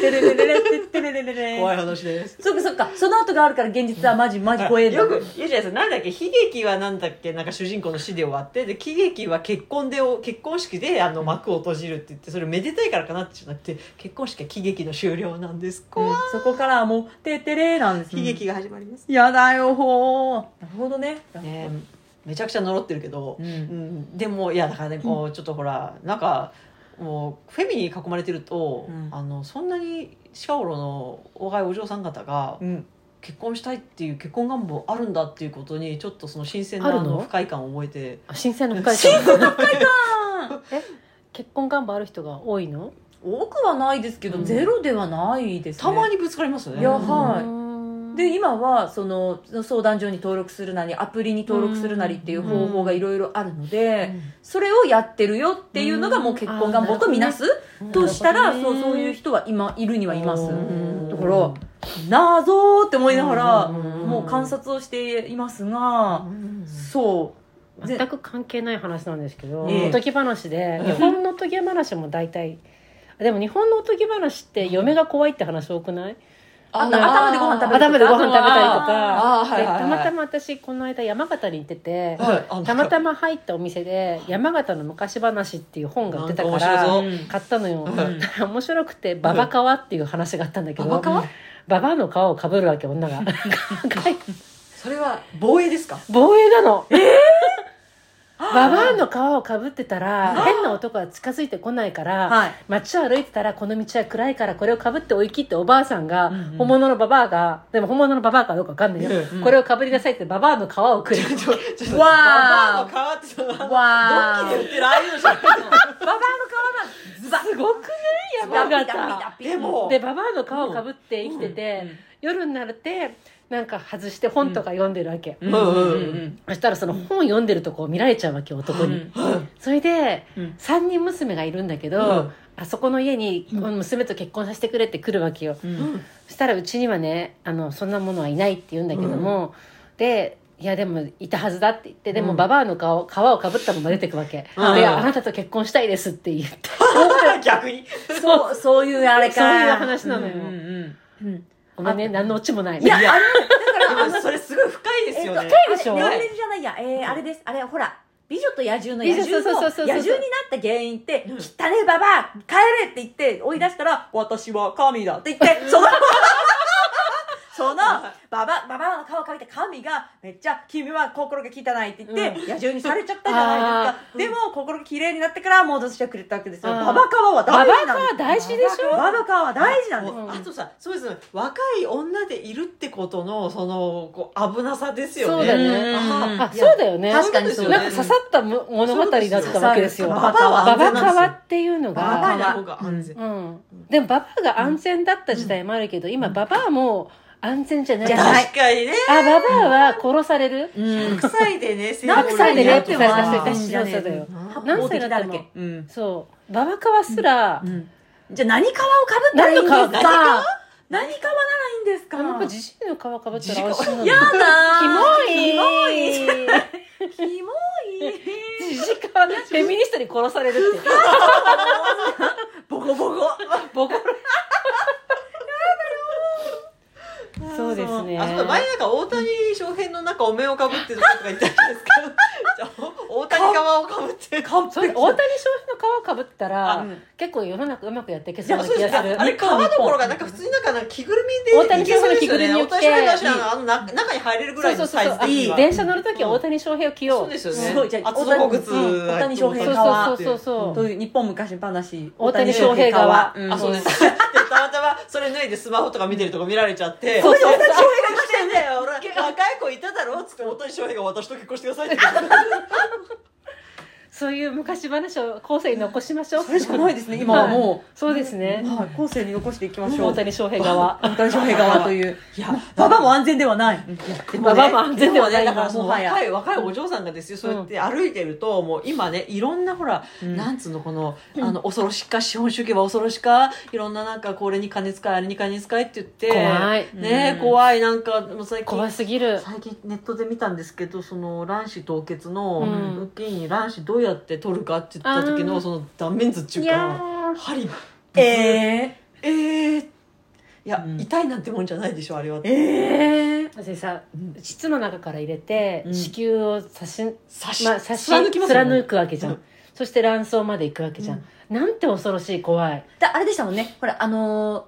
S2: てれれれれてれれれれ
S3: 怖い話です
S2: そっかそっかその後があるから現実はマジマジ怖えんだ
S3: よく言うじゃないですかなんだっけ悲劇はなんだっけなんか主人公の死で終わってで喜劇は結婚で結婚式であの幕を閉じるって言ってそれめでたいからかなってじゃなくて結婚式は喜劇の終了なんです
S2: う
S3: 怖い、
S2: んそこからはもうてってれーなんです
S3: 悲劇が始まります、
S2: やだよほーなるほどね
S3: ねめちゃくちゃ呪ってるけど、
S2: うん
S3: うんでもいやだからねこうちょっとほらなんかもうフェミに囲まれてると、
S2: うん
S3: あのそんなに近頃の若いお嬢さん方が
S2: うん
S3: 結婚したいっていう結婚願望あるんだっていうことにちょっとその新鮮な
S4: あ
S3: あ
S4: るの
S3: の不快感を覚えて。
S4: あ新鮮な深い
S3: 新鮮な
S4: 結婚願望ある人が多いの
S2: 多くはないですけど、
S3: うん
S2: ゼロではないです、ね、
S3: たまにぶつかりますよね。
S2: いやはいう
S4: ーん
S2: で今はその相談所に登録するなりアプリに登録するなりっていう方法がいろいろあるので、それをやってるよっていうのがもう結婚願望とみなす
S3: うん
S2: とした
S4: な
S2: ら、
S4: るほど
S2: そう
S4: ね
S2: そういう人は今いるにはいます
S3: うん
S2: だから謎って思いながら
S3: うん
S2: もう観察をしていますが
S3: うん
S2: そう
S4: 全く関係ない話なんですけど、
S2: ええ
S4: おとぎ話で
S3: う
S4: 日
S3: ん
S4: 本のおとぎ話も大体あでも日本のおとぎ話って嫁が怖いって話多くない
S2: あ
S4: の
S2: 頭でご飯食
S4: 頭
S2: べる
S4: でご飯食べたりと
S2: あ
S4: か
S3: あーはい
S4: で
S3: はいはい
S4: たまたま私この間山形に行ってて、
S3: はいあの
S4: たまたま入ったお店で「山形の昔話」っていう本が売ってたか
S3: なん
S4: ら
S3: か
S2: 面白そう
S4: 買ったのよ、
S3: うん
S2: ー
S4: 面白くて「ババカワ」っていう話があったんだけど、
S3: ババカワ
S4: ババアの皮をかぶるわけ女が
S3: それは防衛ですか。
S4: 防衛なのえ ババアの皮をかぶってたら変な男が近づいてこないから、
S2: はい
S4: 街を歩いてたらこの道は暗いからこれをかぶって追い切っておばあさんが、
S2: うんうん
S4: 本物のババアがでも本物のババアかどうか分かんないよ、
S3: うん
S4: これをかぶりなさいってババアの皮をくれる
S3: ちょちょっと
S2: わー
S3: ババアの皮ってその
S2: わー
S3: ドンキで売ってるああいうのじゃない
S2: ババアの皮がズバッ
S4: すごくない山形
S3: でも
S4: でババアの皮をかぶって生きてて、夜になるってなんか外して本とか読んでるわけ、
S2: うん
S3: うんうん
S2: うん
S4: そしたらその本読んでるとこを見られちゃうわけ男に、それで、
S2: うん
S4: 三3人娘がいるんだけど、
S3: うん
S4: あそこの家にこの娘と結婚させてくれって来るわけよ、
S2: うんうん
S4: そしたらうちにはねあのそんなものはいないって言うんだけども、でいやでもいたはずだって言ってでもババアの顔皮をかぶったまま出てくわけ、
S3: うん
S4: であなたと結婚したいですって言って
S3: 逆に。
S2: そうそういうあれか
S4: そういう話なのよ
S2: うんうんうん
S4: ごめんね何のオチもない
S2: いやあれだ
S3: で
S2: からあ
S3: も
S2: の
S3: それすごい深いですよね。
S4: でしょ
S2: あれレオレルじゃないや、えー、あれです。あれ、ほら、美女と野獣の野
S4: 美女
S2: 獣の
S4: そう
S2: 野
S4: そうそうそう
S2: 獣になった原因って、
S3: うん
S2: 汚ねえババア、帰れって言って追い出したら、私は神だって言っ て、その、その、ババ、ババアの顔をかけて神が、めっちゃ、君は心が汚いって言って、野獣にされちゃったじゃないですか。でも、心が綺麗になってから戻してくれたわけですよ。
S4: あー
S2: ババカは大事なの。
S4: ババカは大事でしょ
S2: ババカは大事なんです。
S3: もうあとさ、そうですね。若い女でいるってことの、その、こう、危なさですよ
S4: そ
S3: ね。
S4: うだねあ
S3: あー
S4: そうだよね
S2: 確かにそうだ
S4: なんか刺さったむ物語だったわけですよ
S2: そう
S3: バ
S2: で
S3: バアは
S4: バ
S3: 安
S4: バ
S3: 全
S4: カ
S3: な
S4: ワ
S3: んで
S4: っていうの
S3: すよ。ババ
S4: が
S3: アの方が安全。
S4: うんでもババアが安全だった時代もあるけど、今ババアも安全じゃない
S2: じゃない
S3: 確かにね。
S4: あババアは殺される、
S2: うん
S3: 100歳でね、性
S2: 何
S3: 暴力
S2: 歳で
S3: に
S2: ね
S3: あ
S2: っ
S3: ってて
S2: も
S3: も
S2: ら
S4: 何歳
S2: う
S4: でねって
S2: ん
S4: そうだよ
S2: 何歳だったのうん
S4: そうババカワすら、
S2: うんじゃあ何皮をかぶったらいいんです
S4: 何の
S2: か
S4: 皮
S2: 何皮ならいいんですか
S4: あの子自身の皮かぶったら安心なの
S2: やだ
S4: キモい
S2: キモいキモい
S4: 自治化フェミニストに殺されるって
S2: ボコボコ
S4: ボ コそうですね
S3: あ、そうだ前なんか大谷翔平のなんかお面をかぶってるとか言ったじゃないですか。じゃあ大谷側をかぶって。
S2: 完
S4: それ大谷
S2: 璧
S4: 翔平の皮かぶったら、
S3: あ
S4: 結構世の中うまくやっていけそうな気
S3: そうで
S4: が
S3: す
S4: す
S3: ね
S4: る。
S3: あれ、皮どころがなんか普通になんかなんか着ぐるみで。
S4: 大谷翔平の着ぐるみを着て
S3: 大谷翔平の足のあの中中に入れるぐらい
S4: そ
S3: の
S4: うそ
S3: サ
S4: う
S3: イ
S4: そう
S3: ズ
S4: あ
S3: でいいわ。
S4: 電車乗るときは大谷翔平を着よ
S3: そう
S4: う
S3: ですよね。
S2: すごいじゃあ
S3: 厚底靴。
S2: うん大谷翔平
S4: そう
S2: 側
S4: そうそうそうそ
S2: と
S4: う
S2: いう日本昔話
S4: 大谷翔平側
S2: うん
S3: あ、そうです。でたまたまそれ脱いでスマホとか見てるとこ見られちゃって。
S2: そうそう
S3: 大谷
S2: 大谷
S3: 翔
S2: 翔
S3: 平が来てんだよ。俺、若い子いただろっつって大谷翔平が私と結婚してくださいって言って。
S4: そういう昔話を後世に残しましょう
S2: それしかないですね今はも
S4: うそうですね
S2: う、はい、後世に残していきましょ
S4: 大
S2: う
S4: 谷翔平 側
S2: 大谷翔平側といういや馬場も安全ではない
S4: 馬場も安全ではない
S3: だからその
S2: もはや
S3: 若い若いお嬢さんがですよそうやって歩いてると、もう今ねいろんなほら、
S2: うん
S3: なんつうのこのあの恐ろしか資本主義は恐ろしかいろんななんかこれに金使いあれに金使いって言って
S4: 怖い
S3: ね、
S2: うん
S3: 怖いなんかもう最近
S4: 怖すぎる
S3: 最近ネットで見たんですけどその卵子凍結
S4: う
S3: の
S4: ん
S3: 受けに卵子どうやって取るかって言った時
S4: あ
S3: の
S4: ー
S3: その断面図っていう
S4: い
S3: か
S4: や
S3: 針
S2: え
S3: えー、いや、
S2: うん
S3: 痛いなんてもんじゃないでしょあれは
S2: ー、えー、
S4: 私さ膣の中から入れて
S3: うん
S4: 子宮を差し,、
S3: 刺し,、
S4: まあ、差し
S3: 貫きますよね
S4: 貫くわけじゃん、
S3: うん
S4: そして卵巣まで行くわけじゃん、なんて恐ろしい怖い
S2: だあれでしたもんねほらあの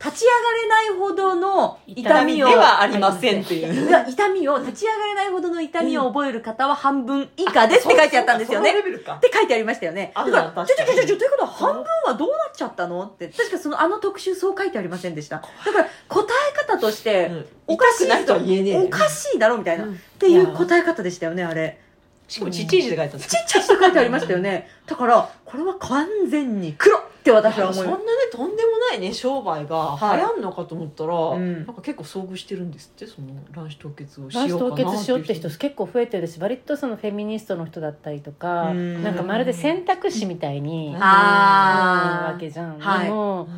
S2: ー立ち上がれないほどの痛み
S3: で
S2: を
S3: はありませんっていう
S2: いや痛みを立ち上がれないほどの痛みを覚える方は半分以下ですって書いてあったんですよね
S3: そのレベルか
S2: って書いてありましたよね
S3: あ
S2: だ
S3: る
S2: か
S3: な
S2: ら
S3: 確
S2: ちょち
S3: か
S2: ょ
S3: に
S2: ちょちょということは半分はどうなっちゃったのって確かそのあの特集そう書いてありませんでしただから答え方として、おかしい
S3: 痛くないとは言えねえよ
S2: おかしいだろみたいな、
S3: うん
S2: っていう答え方でしたよねあれ
S3: しかもちっちゃい字で書いてあった
S2: ちっちゃく書いてありましたよねだからこれは完全に黒って私は思
S3: そ
S2: い
S3: んな
S2: ま
S3: ね
S2: す
S3: とんでもないね商売が
S2: はい
S3: 流行んのかと思ったら、
S2: ん
S3: なんか結構遭遇してるんですってその卵子凍結をしよ
S4: 卵
S3: う
S4: 子
S3: かな
S4: 凍結しようって人
S3: いう
S4: 結構増えてるし割とそのフェミニストの人だったりとか
S2: うん
S4: なんかまるで選択肢みたいに
S3: うん
S4: なる
S2: あ
S4: わ
S2: ー
S4: けじゃん、
S2: はい
S4: でも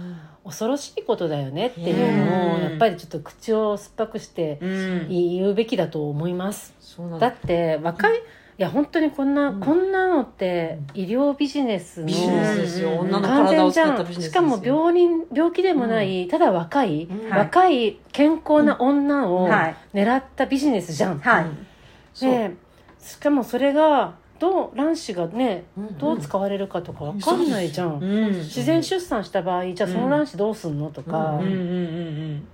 S4: 恐ろしいことだよねっていうのを
S2: うん
S4: やっぱりちょっと口を酸っぱくして
S2: うん
S4: 言うべきだと思います
S3: そうなん
S4: だ
S3: だ
S4: って若いいや本当にこんな
S3: うん
S4: こんなのって医療ビジネスの
S3: ビジネスですよ、
S2: うん
S3: 女の
S4: 完
S3: 体
S4: 全
S3: を
S4: じ
S3: 使っ
S4: ゃ
S3: た
S4: ん
S3: ビジネス
S4: し
S3: です
S4: か
S3: よ
S4: も病人病気でもない、ただ若い、
S3: うん
S2: はい
S4: 若い健康な女を
S2: はい
S4: 狙ったビジネスじゃん、
S2: はい、
S3: うんそう
S4: でしかもそれがどう卵子がね
S3: うん
S4: どう使われるかとかわかんないじゃん、
S2: うん
S4: 自然出産した場合じゃあその卵子どうすんのとか、
S2: うんうんうん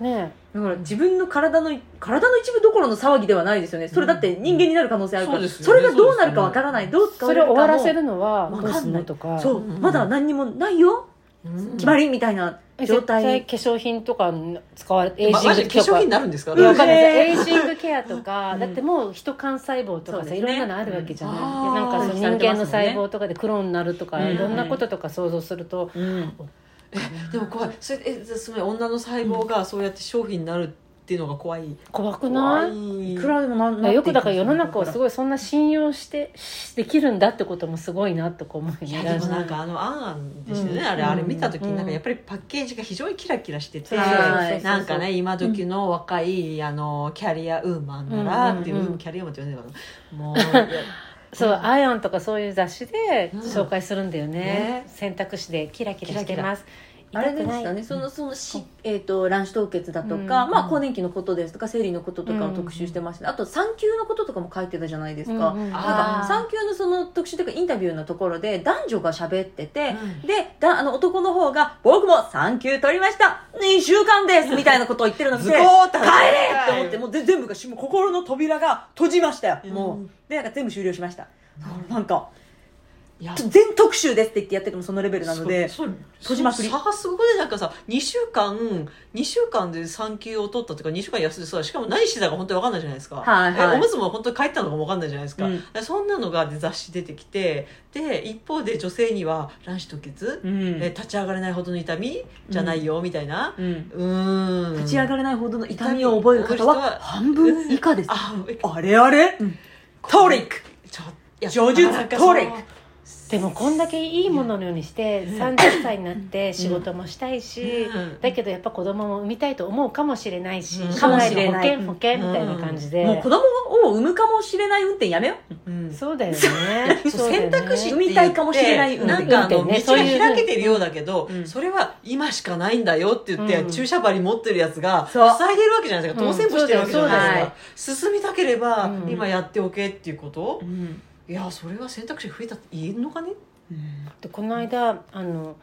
S4: ね
S2: うんだから自分の体の体の一部どころの騒ぎではないですよねそれだって人間になる可能性あるから、
S3: うんそうです
S2: そ
S3: よね
S2: れがどうなるかわからない、どう使わ
S4: そ
S2: れ
S4: れ
S2: る
S4: を
S2: かも
S4: 終わらせるのは
S2: わ
S4: どう
S2: かんない
S4: すんのとか
S2: そう、
S3: うん
S2: まだ何にもないよ
S3: うん
S2: 決まりみたいな
S4: え
S2: 状
S4: 絶対
S2: 態
S4: 化粧品とか使われエイ
S3: ま
S4: ジン
S3: マジ
S4: グ
S3: で
S4: と
S3: 化粧
S4: か
S3: 品になるんですか
S4: いやわかんない
S2: うん
S4: エイジングケアとか、
S2: うん
S4: だってもう人幹細胞とか
S2: そう
S4: さ、
S2: ですね
S4: いろんなのあるわけじゃない、
S3: うん
S4: でなんかその人間の細胞とかでクローンになるとか、
S2: うん
S4: いろんなこととか想像すると、
S2: うん
S3: でも怖いそれえその女の細胞がそうやって商品になるっていうのが怖い、
S4: 怖く
S3: 怖
S4: ない
S3: い
S2: いくらでもななってい
S4: よくだから世の中をす
S2: い
S4: ごいそんな信用してしできるんだってこともすごいなとか思う
S3: い
S4: よ
S3: や
S4: ね
S3: でもなんかあの「あんあん」でしたよね、
S4: うん
S3: あれあれ見た時
S4: う
S3: に
S4: ん
S3: なんかやっぱりパッケージが非常にキラキラしてて、
S4: そう
S2: そう
S3: はいなんかね今時の若い、あのキャリアウーマンならっていう、
S4: うんうんうん
S3: キャリアウーマンって呼んでるのかなもういや
S4: そう「アイオン」とかそういう雑誌で
S3: うん
S4: 紹介するんだよね,、
S3: ね
S4: 選択肢でキラキラしてます
S2: あれで
S4: 痛くな
S2: し
S4: い
S2: たねそのそのし、えー、と卵子凍結だと
S4: うん
S2: か、まあ、更年期のことですとか生理のこととかを特集してました、ねあと産休のこととかも書いてたじゃないですか、
S4: うんうん
S3: あ
S2: なん
S3: ー
S2: か産休のその特集というかインタビューのところで男女が喋ってて、
S3: うん
S2: でだあの男の方が「僕も産休取りました2週間です」みたいなことを言ってるので
S3: ズ
S2: て
S3: コーって
S2: 帰れって思ってもうぜ全部がしもう心の扉が閉じましたよ、もうでなんか全部終了しましたなんか
S3: いや
S2: 全特集ですって言ってやっててもそのレベルなので
S3: そう
S2: 閉じまくり
S3: そう差がすごくねなんかさ2週間二週間で産休を取ったとか2週間休んでさしかも何してたか本当に分かんないじゃないですか、
S2: はいはい
S3: えおむつも本当に帰ったのかも分かんないじゃないですか、
S2: うん
S3: でそんなのがで雑誌出てきてで一方で女性には卵子凍結、
S2: うん
S3: え立ち上がれないほどの痛みじゃないよみたいな
S2: うん
S3: うーん
S2: 立ち上がれないほどの痛みを覚える方
S3: 覚える
S2: は
S3: 人は
S2: 半分以下です
S3: あ
S2: あれあれトリック
S3: ちょいや
S2: 叙述
S3: なんかその
S2: トリック
S4: でもこんだけいいもののようにして30歳になって仕事もしたいし、
S3: うん
S4: だけどやっぱ子供も産みたいと思うかもしれないし、
S3: うん
S4: 将来の
S2: かもしれない
S4: 保険保険みたいな感じで、
S2: もう子供を産むかもしれない運転やめよう
S3: うん
S4: そうだよね
S3: そう
S4: だよね
S3: 選択肢って言
S2: 産
S3: って
S2: みたいかもしれない運
S3: な
S2: 転
S3: んかあの、
S4: ね
S3: 道
S4: そ
S3: は
S4: ういう
S3: 開けてるようだけど、
S2: うん
S3: それは今しかないんだよって言って、
S4: うん
S3: 注射針持ってるやつが
S2: そう
S3: 塞いでるわけじゃないですか
S4: うん
S3: 当選簿してるわけじゃない
S2: そうだよ
S3: ですか、進みたければ、
S4: うん
S3: 今やっておけっていうこと、
S2: ん
S3: いやそれは選択肢増えたって言えるのかね
S4: でこの間あの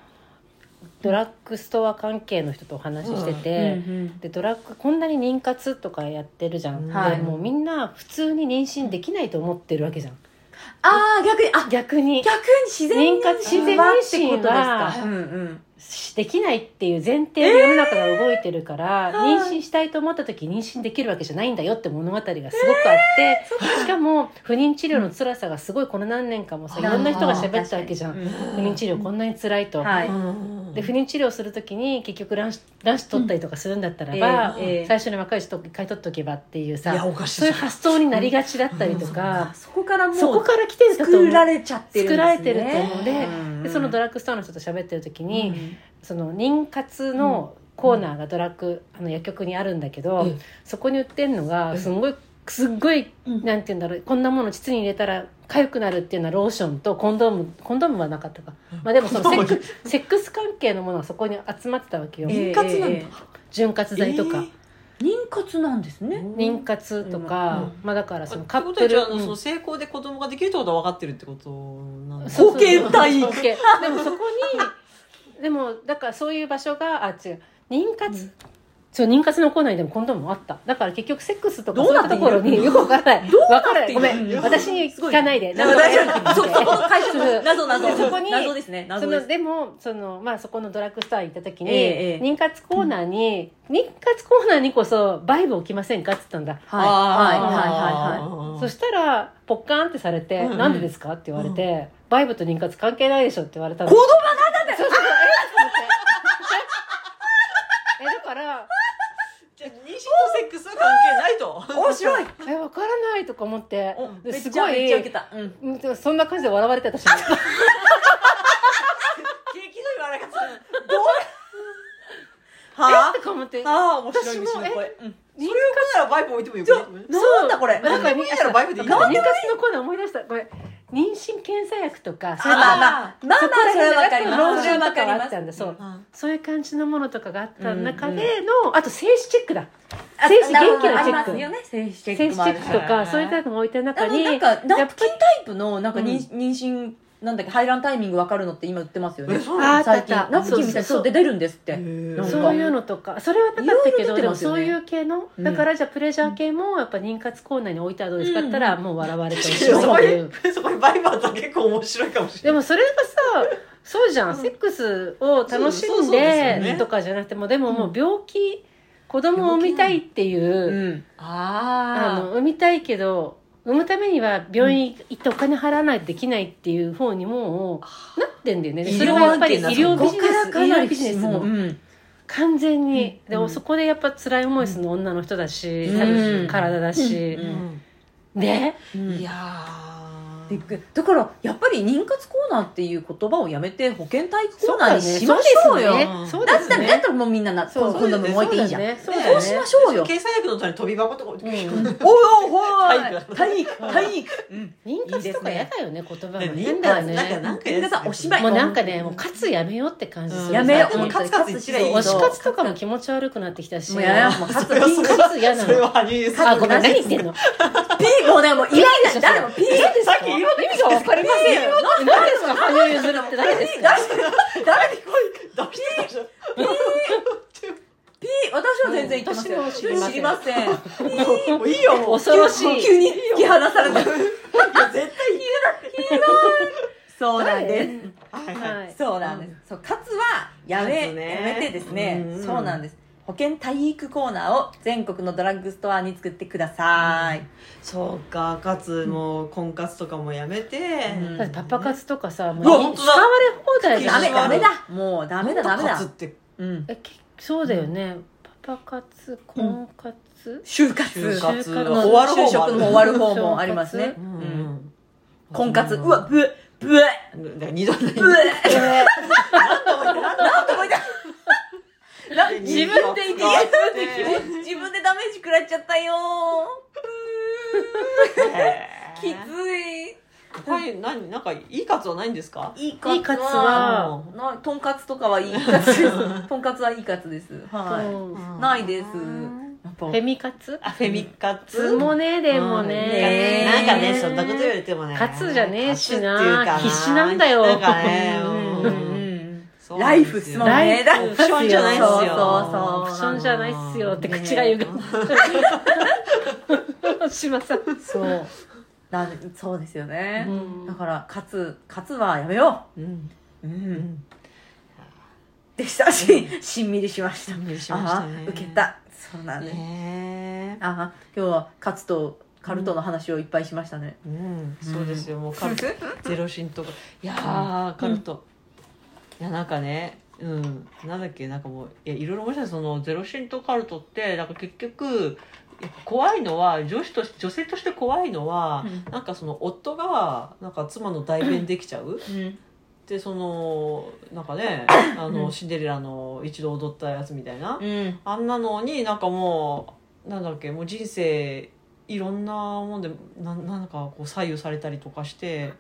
S4: ドラッグストア関係の人とお話しして
S2: う
S4: て、
S2: ん
S4: でドラッグこんなに妊活とかやってるじゃん、
S3: はい
S4: でもうみんな普通に妊娠できないと思ってるわけじゃん
S2: ああ逆にあ
S4: 逆に
S2: 逆に自然
S4: 妊活自然妊娠は
S2: うんうん
S4: しできないっていう前提で世の中が動いてるから、妊娠したいと思った時妊娠できるわけじゃないんだよって物語がすごくあって、しかも不妊治療の辛さがすごいこの何年間もさ、
S5: うん
S4: いろんな人が喋ったわけじゃん、
S2: 確
S4: 不妊治療こんなに辛いと。
S2: はい
S4: で不妊治療するときに結局卵子卵子取ったりとかするんだったらば、
S2: うんええええ
S4: 最初に若い人と買い取っとけばっていう
S3: いや
S4: さ
S3: おかしい
S4: そういう発想になりがちだったりとか、
S2: そこからもう
S4: そこから来てるんだと思
S2: 作
S4: う
S2: られちゃってるんで
S4: 作
S2: すね
S4: られてると思うで,、
S2: うん
S4: でそのドラッグストアの人と喋ってる時に、その妊活のコーナーがドラッグ、あの薬局にあるんだけど、
S3: うん
S4: そこに売ってんのがすんごい、すっごい、
S2: うん
S4: なんて言うんだろうこんなもの膣に入れたら痒くなるっていうのはローションとコンドームコンドームはなかったか、まあ、でもそのセックスセックス関係のものがそこに集まってたわけよ、
S2: ええ
S3: 妊活なんだ
S2: ええ
S4: 潤滑剤とか、
S2: 妊活なんですね
S4: 妊活とか、まあ、だからそのカ
S3: カッ
S4: ッ
S3: プ
S4: プ
S3: ル
S4: ル、
S3: あの
S4: うん
S3: その成功で子供ができるってことは分かってるってことなんだ
S4: そうそうそう
S2: 保健体育
S4: 保健でもそこにでもだからそういう場所があ違う妊活、そう妊活のコーナーにでもコンドームもあっただから結局セックスとか
S2: ど
S4: そううい
S2: なっ
S4: う
S2: て
S4: と
S2: んの
S4: ころによ くわからないどう
S3: てん
S4: ご
S3: の
S4: めん私に聞かないでなんか
S2: 大丈夫
S4: そう
S2: そこの会社の謎謎
S4: そこに
S2: 謎ですね謎
S4: そ
S2: で
S4: の
S2: す
S4: でもその、まあ、そこのドラッグストア行った時に、
S2: ええええ
S4: 妊活コーナーに、妊活コーナーにこそバイブ置きませんかって言ったんだ
S2: はいはいはいはいはい
S3: はい
S4: そしたらポッカーンってされて
S3: うん
S4: 「
S3: うん
S4: な、んでですか?」って言われて、バイブと妊活関係ないでしょ」って言われたの
S2: 子供
S4: なんだそうそうそうえっと思ってえだから
S3: じゃあ妊娠とセックスは関係ないと
S2: 面 白
S4: え
S2: い
S4: 分からないとか思って
S2: お
S4: で
S2: めっ
S4: す
S2: ちゃ
S4: ご
S2: めっ
S4: い
S2: ちゃ受け たうん
S4: うんでもそんな感じで笑われて私も
S3: 景気の言われ方
S2: は
S4: とか思って
S2: あああ面白
S3: 私
S2: い
S3: も
S2: 道の声うん
S3: それをならバイブ置いてもいいよね
S2: そうなんだこれ
S4: なんか
S3: 何でもいいならバイブでいい
S4: 妊
S3: よ
S4: 活のコーナー思い出したごめん妊娠検査薬とかそういうの
S2: まあまあまあまあそれはわかります
S4: ロー
S2: そ
S4: シ
S2: れ
S4: ョンとかが
S2: はわかり
S4: あ
S2: ま
S4: っ
S2: す
S4: たんだそう
S3: うん
S4: そういう感じのものとかがあった中
S2: うん
S4: でのあと精子チェックだ精子元気のチェッ
S2: ありますよ
S4: ク
S2: ね精子チェ
S4: 精
S2: ッ
S4: 子チ
S2: クもあ
S4: ェッ
S2: る
S4: ク
S2: し
S4: とかそういうタイプが置いてる
S2: あ
S4: 中
S2: の
S4: に
S2: なんかナ
S4: やっ
S2: プキンタイプのなんか妊妊娠なんだっけ排卵タイミングわかるのって今売ってますよね
S3: えそう
S4: なの
S2: 最近
S4: あったあった
S2: ナプキンみたいに
S4: そうそう
S2: そうで出るんですって
S3: へえ
S2: なんか
S4: そういうのとかそれはなかったけ
S2: いろい
S4: どで
S2: ろ出てま
S4: も
S2: すよ
S4: そ
S2: ね
S4: ういう系の
S2: うん
S4: だからじゃあプレジャー系もやっぱ妊活コーナーに置いてはどうですかって言ったら
S2: う
S4: もう笑われてるし
S3: そ こに そこにバイブあったら結構面白いかもし
S4: で
S3: れない
S4: もそれがさそうじゃんセックスを楽し
S3: そう
S4: ん
S3: そうですよ
S4: で
S3: ね
S4: とかじゃなくてもでももう病気子供を産みたいっていう
S2: うん
S4: あ
S3: あ
S4: の産みたいけど産むためには病院行ってお金払わないとできないっていう方にもうなってんだよねで
S3: 医療
S4: それはやっぱり医
S3: 案件だ
S4: 療ビジネス
S2: ここからかなり
S4: 医療ビジネス
S2: も
S4: も
S2: ううん
S4: 完全に、
S2: うんうん
S4: でそこでやっぱ辛い思いするの女の人だし、
S2: うん
S4: 多分体だし、
S2: うん
S4: ね
S2: うん
S3: いや
S2: で
S3: ー
S2: だからやっぱり妊活コーナーっていう言葉をやめて保健体育コーナーにし
S4: そう
S2: ましょうよ
S4: だね
S3: うん
S4: そう
S2: だ
S4: で
S2: っ
S4: す
S2: たらだっ
S4: ね
S2: たらもうみんなな
S4: そう
S2: 今度も置いていいじゃん
S4: そうだねそうだ
S2: そ
S4: よ
S2: う
S4: ね
S2: しましょうよ
S3: 経済学の隣に飛び箱とか置いてくる
S2: うんおいおい
S3: 体
S2: お
S3: 育
S2: い体育体育うん
S4: 妊活とか嫌だよね言葉が
S3: ね
S4: ね
S3: 妊
S4: 変
S3: 活
S4: だよ
S3: なんか
S4: ね
S3: なんかや
S2: みんなさおしまい
S4: もうなんかねもう活やめようって感じする、
S3: うん
S2: やめよう
S4: 本当に
S3: でもカツカツ言ってりゃいい
S4: 推し活とかも気持ち悪くなってきたし
S2: もうやめようもう勝つ
S3: それはそれは
S4: 活嫌な
S3: それ
S4: の
S3: は羽生さん
S4: あごめん何言ってんの
S2: ピーもうねもうイライラ誰もピー
S3: さっき言い訳
S4: 意味がわかりませんよ。何ですか羽生結弦って誰ですか。
S2: 誰に
S3: 出してました
S2: ピー私は全然言ってますよ
S4: うん私も
S2: 知
S4: 知
S2: り
S4: り
S2: ま
S4: ま
S2: せん
S3: もういいよもう
S4: 恐ろし
S2: 急に
S4: い。
S2: 急に引き離された
S3: 絶対
S2: そうなんです
S3: はいはい
S4: はい。
S2: そうなんです。そう、カツはやめ、
S3: カツね
S2: やめてですね
S3: う。ん
S2: そうなんです。保健体育コーナーを全国のドラッグストアに作ってください。
S3: そうかかつもう婚活とかもやめて、
S2: うん
S4: だってパパ活とかさ、も
S3: うわ
S4: う
S3: 本当
S4: 使
S3: だ
S4: われ放題じ
S2: ダ
S4: ゃん。
S2: メ、
S3: うん
S2: ダメだ。もうダメだ、ダメ
S3: カツっ
S2: だ。
S3: て
S2: うん。
S4: え、けそうだよね。パパ活、婚活、
S2: 就活
S3: 就活
S2: あの
S3: 終わる方もある
S2: 就職も終わる方もありますね
S4: 就。
S2: うん婚
S3: 婚
S2: 活、うわ、ぶ、ぶ、
S3: 二度ない
S2: ぶ、なんとも言ってない。自分で言って、自分でダメージ食らっちゃったよきつ
S3: 他に何なんかいいカツはないんですか
S2: い。いい
S4: いいカツは
S3: う
S2: なとんかつとかはいいカツです。とんかつはいいカツです。は
S4: と
S2: い。ないです。やっぱ
S4: フェミ活。
S3: あフェミカツ
S4: つもねでもね。
S2: え
S3: なんかねそんなこと言われてもね
S4: カツじゃねえしな
S3: カツっていうか
S4: 必死なんだよ
S3: なんかね
S2: うん
S3: う
S2: うんん
S3: そうな
S2: ラ
S3: ん
S2: イ
S3: で
S2: フ
S3: すよ
S2: っすもんね。
S4: ラ
S2: ラ
S4: イ
S2: イ
S4: フ
S2: フ
S3: オプションじゃないっすよ
S2: そうそう
S4: オプシ
S2: そう。
S4: ョンじゃないっすよって口が言う。 しまさん。
S2: そう。だそうですよね
S4: う。ん
S2: だから、カツ、カツはやめよ
S3: うん
S2: う。う。
S3: うんん
S2: でしたし、しんみりしました。
S3: りしまし
S2: あ
S3: た
S2: あ
S3: ね
S2: ー、受けた。そうなんです。
S3: ねえ
S2: ああ、今日はカツとカルトの話をいっぱいしましたね。
S3: うん、そうですよもうカルトゼロ神とかいやーカルト、いやなんかねうんなんだっけなんかもういやいろいろ面白いそのゼロ神とカルトってなんか結局やっぱ怖いのは女子とし女性として怖いのは、なんかその夫がなんか妻の代弁できちゃう、
S2: うん。
S3: でそのなんかねあの、シンデレラの一度踊ったやつみたいな、
S2: うん。
S3: あんなのになんかもうなんだっけもう人生いろんなもんでななんかこう左右されたりと かして、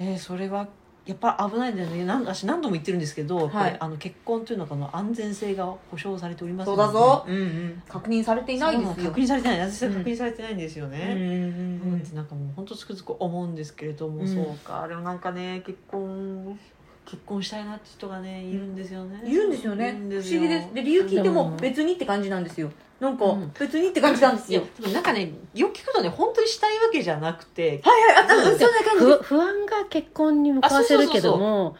S3: えーそれはやっぱり危ないんだよねなん私何度も言ってるんですけど、こ
S2: はい
S3: れあの結婚というのはこの安全性が保障されております
S2: そ
S3: の
S2: う
S3: で
S2: だぞ。うんうん。確認されていないで
S3: そう
S2: すよ。
S3: 確認されてない私は確認されてないんですよね、
S2: うん
S3: う
S2: うんん
S3: ってなんかもう本当つくづく思うんですけれども、
S2: うん
S3: そうかでもなんかね結婚結婚したいなって人がねいるんですよね、
S2: 言うんですよね
S3: いるん
S2: 不
S3: で
S2: 思
S3: すよ
S2: 議ですで理由聞いて
S4: で
S2: も
S4: も
S2: 別にって感じなんですよなんか
S3: うん
S2: 別にって感じなんです
S3: いや
S2: よ、
S3: でもなんかねよく聞くとね本当にしたいわけじゃなくて
S2: はいはいあそんな感じで
S4: 不不安が結婚に向かわせるけども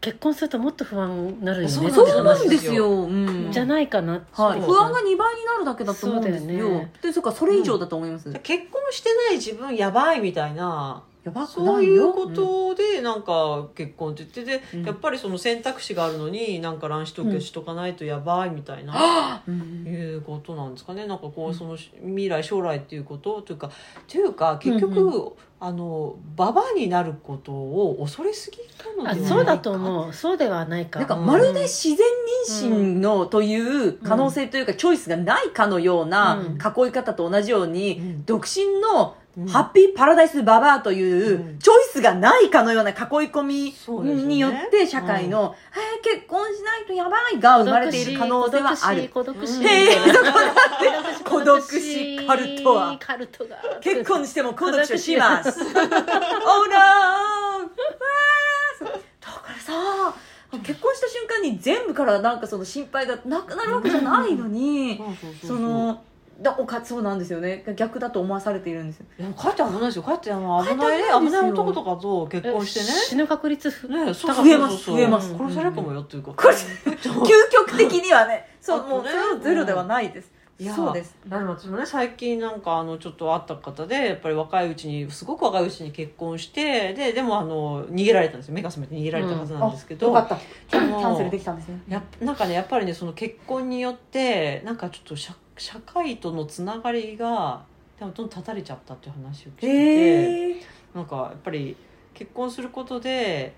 S4: 結婚するともっと不安になるよね
S3: そう
S4: って話
S2: そうなんですよ、うん
S4: じゃないかな
S2: はい、
S3: そう
S2: 不安が2倍になるだけだと思うんです
S4: そうだ
S2: よ
S4: よね
S2: でそっかそれ以上だと思います、
S3: 結婚してない自分やばいみたいな
S2: やばく
S3: そ
S2: な
S3: う
S2: い
S3: いう
S2: よ
S3: ことでなんか結婚って言って
S2: う
S3: て、
S2: ん
S3: やっぱりその選択肢があるのになんか卵子凍結しとかないとやばいみたいな。
S2: うん
S3: いうことなんですかねなんかこうその未来将来っていうことというかというか結局、
S2: う
S3: あのババアになることを恐れすぎな
S4: あ
S3: のではないか
S4: そうだと思うそうではないか
S2: なんか
S3: うん
S2: まるで自然妊娠のという可能性というかチョイスがないかのような
S4: うん
S2: 囲い方と同じように、
S3: うん
S2: 独身の
S3: うん
S2: ハッピーパラダイスババアといううんチョイスがないかのような囲い込み
S3: そうですね
S2: によって社会の、えー結婚しないとやばいが生まれている可能性はある。
S4: 孤独死
S2: へえ、そこだって、
S4: 孤
S2: 孤
S4: 独
S2: 独
S4: 死
S2: 死カルトは。
S4: カルトが
S2: 結婚しても孤独死します。oh no! わーそうだからさ、結婚した瞬間に全部からなんかその心配がなくなるわけじゃないのに、
S3: そうそうそう
S2: その、だおかそうなんですよね。逆だと思わされているんですよ。
S3: いや帰って危ないですよ帰ってあの危ないね
S2: 帰って危ないで
S3: 危
S2: すよ
S3: ない男とかと結婚してね
S4: 死ぬ確率ふ
S3: ね、そう
S2: 増えます増えます
S3: 殺されるかもよっていうか。
S2: これ
S3: れ
S2: 究極的にはね、そ
S3: あ
S2: う、もう、
S3: ね
S2: それはゼロではないです。
S3: いや
S2: そうです。
S3: でも私もね最近なんかあのちょっと会った方でやっぱり若いうちにすごく若いうちに結婚してででもあの逃げられたんですよ目が覚めて逃げられたはずなんですけど、
S2: よかった。キ
S3: で
S2: ャ
S3: も
S2: ンセルできたんですね。
S3: やっぱなんかねやっぱりねその結婚によってなんかちょっと社社会とのつながりがでもどんどん断たれちゃったっていう話を聞いて、
S2: ええ。
S3: なんかやっぱり結婚することで、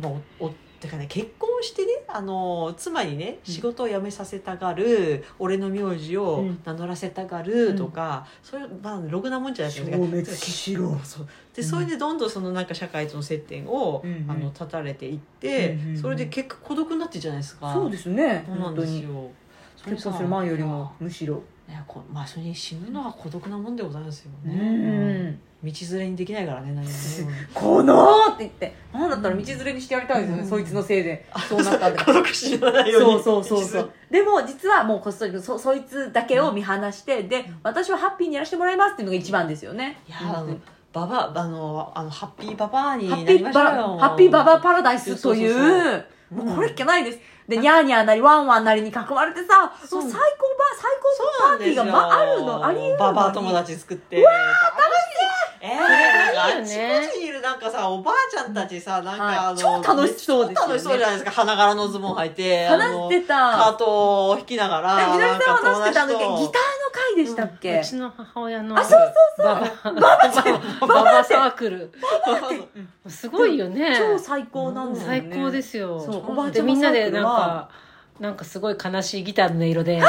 S3: まあ、おおてかね結婚してねあの妻にね仕事を辞めさせたがる、俺の名字
S2: う
S3: を
S2: ん
S3: 名乗らせたがるとか、そういう、まあ、ろくなもんじゃないですか
S2: 消滅しろ
S3: そうでそれでどんどんそのなんか社会との接点を、
S2: うんうん
S3: あの断たれていって、
S2: うんうんうん
S3: それで結果孤独になってるじゃないですか。
S2: そうですね。
S3: そうなん
S2: 本当
S3: です
S2: に。
S3: よそれ
S2: 結
S3: さ
S2: 婚する前よりも、むしろ。
S3: ねこまあ、それに死ぬのは孤独なもんでございますよ
S2: う
S3: ね、
S2: ん。
S3: 道連れにできないからね何もね
S2: このって言って、なんだったら道連れにしてやりたいですよね、
S3: うん
S2: そいつのせいで。そうなったんだ
S3: 孤独死なないように
S2: そうそうそうそう。でも、実はもうこっそりそ、そいつだけを見放して、で、私はハッピーにやらせてもらいますっていうのが一番ですよね。
S3: いや
S2: 本
S3: あ
S2: 当に
S3: のババあのあのハッピーババアに
S2: ハ
S3: な
S2: ッピ
S3: りま
S2: ー
S3: しょう
S2: バ
S3: よ
S2: ハッピーババアパラダイスという、
S3: そうそうそう
S2: もうこれっきゃないです。で、ニャーニャーなり、ワンワンなりに囲まれてさ、
S3: そう
S2: もう最高ば、最高パーティーが、ま、あるの、あり得るのに
S3: ババア友達作ってわあ楽しいえー、なんかあ
S4: 楽
S3: ち
S4: しいよね
S3: こちにいるなんかさおばあちゃんたちさなん
S2: はい
S3: かあの
S2: 超楽しそうですよね
S3: 超楽しそうじゃないですか花柄のズボン履いてあ
S2: 話し
S3: の
S2: て
S3: カ
S2: た。
S3: ートを引きながら
S2: えみなみさん
S3: なん
S2: 話してたんだけど、ギターの
S3: 友達と
S2: 回でしたっけ
S4: うちの母親の
S2: あ、そうそうそう。
S4: ババババババサークルすごいよね
S2: 超最高なんですよね
S4: 最高ですよ
S2: そうおばあち
S4: で
S2: ゃん
S4: みんな
S2: サー
S4: で
S2: ク
S4: な
S2: ル
S4: ん
S2: は
S4: かなんかすごい悲しいギターの音色で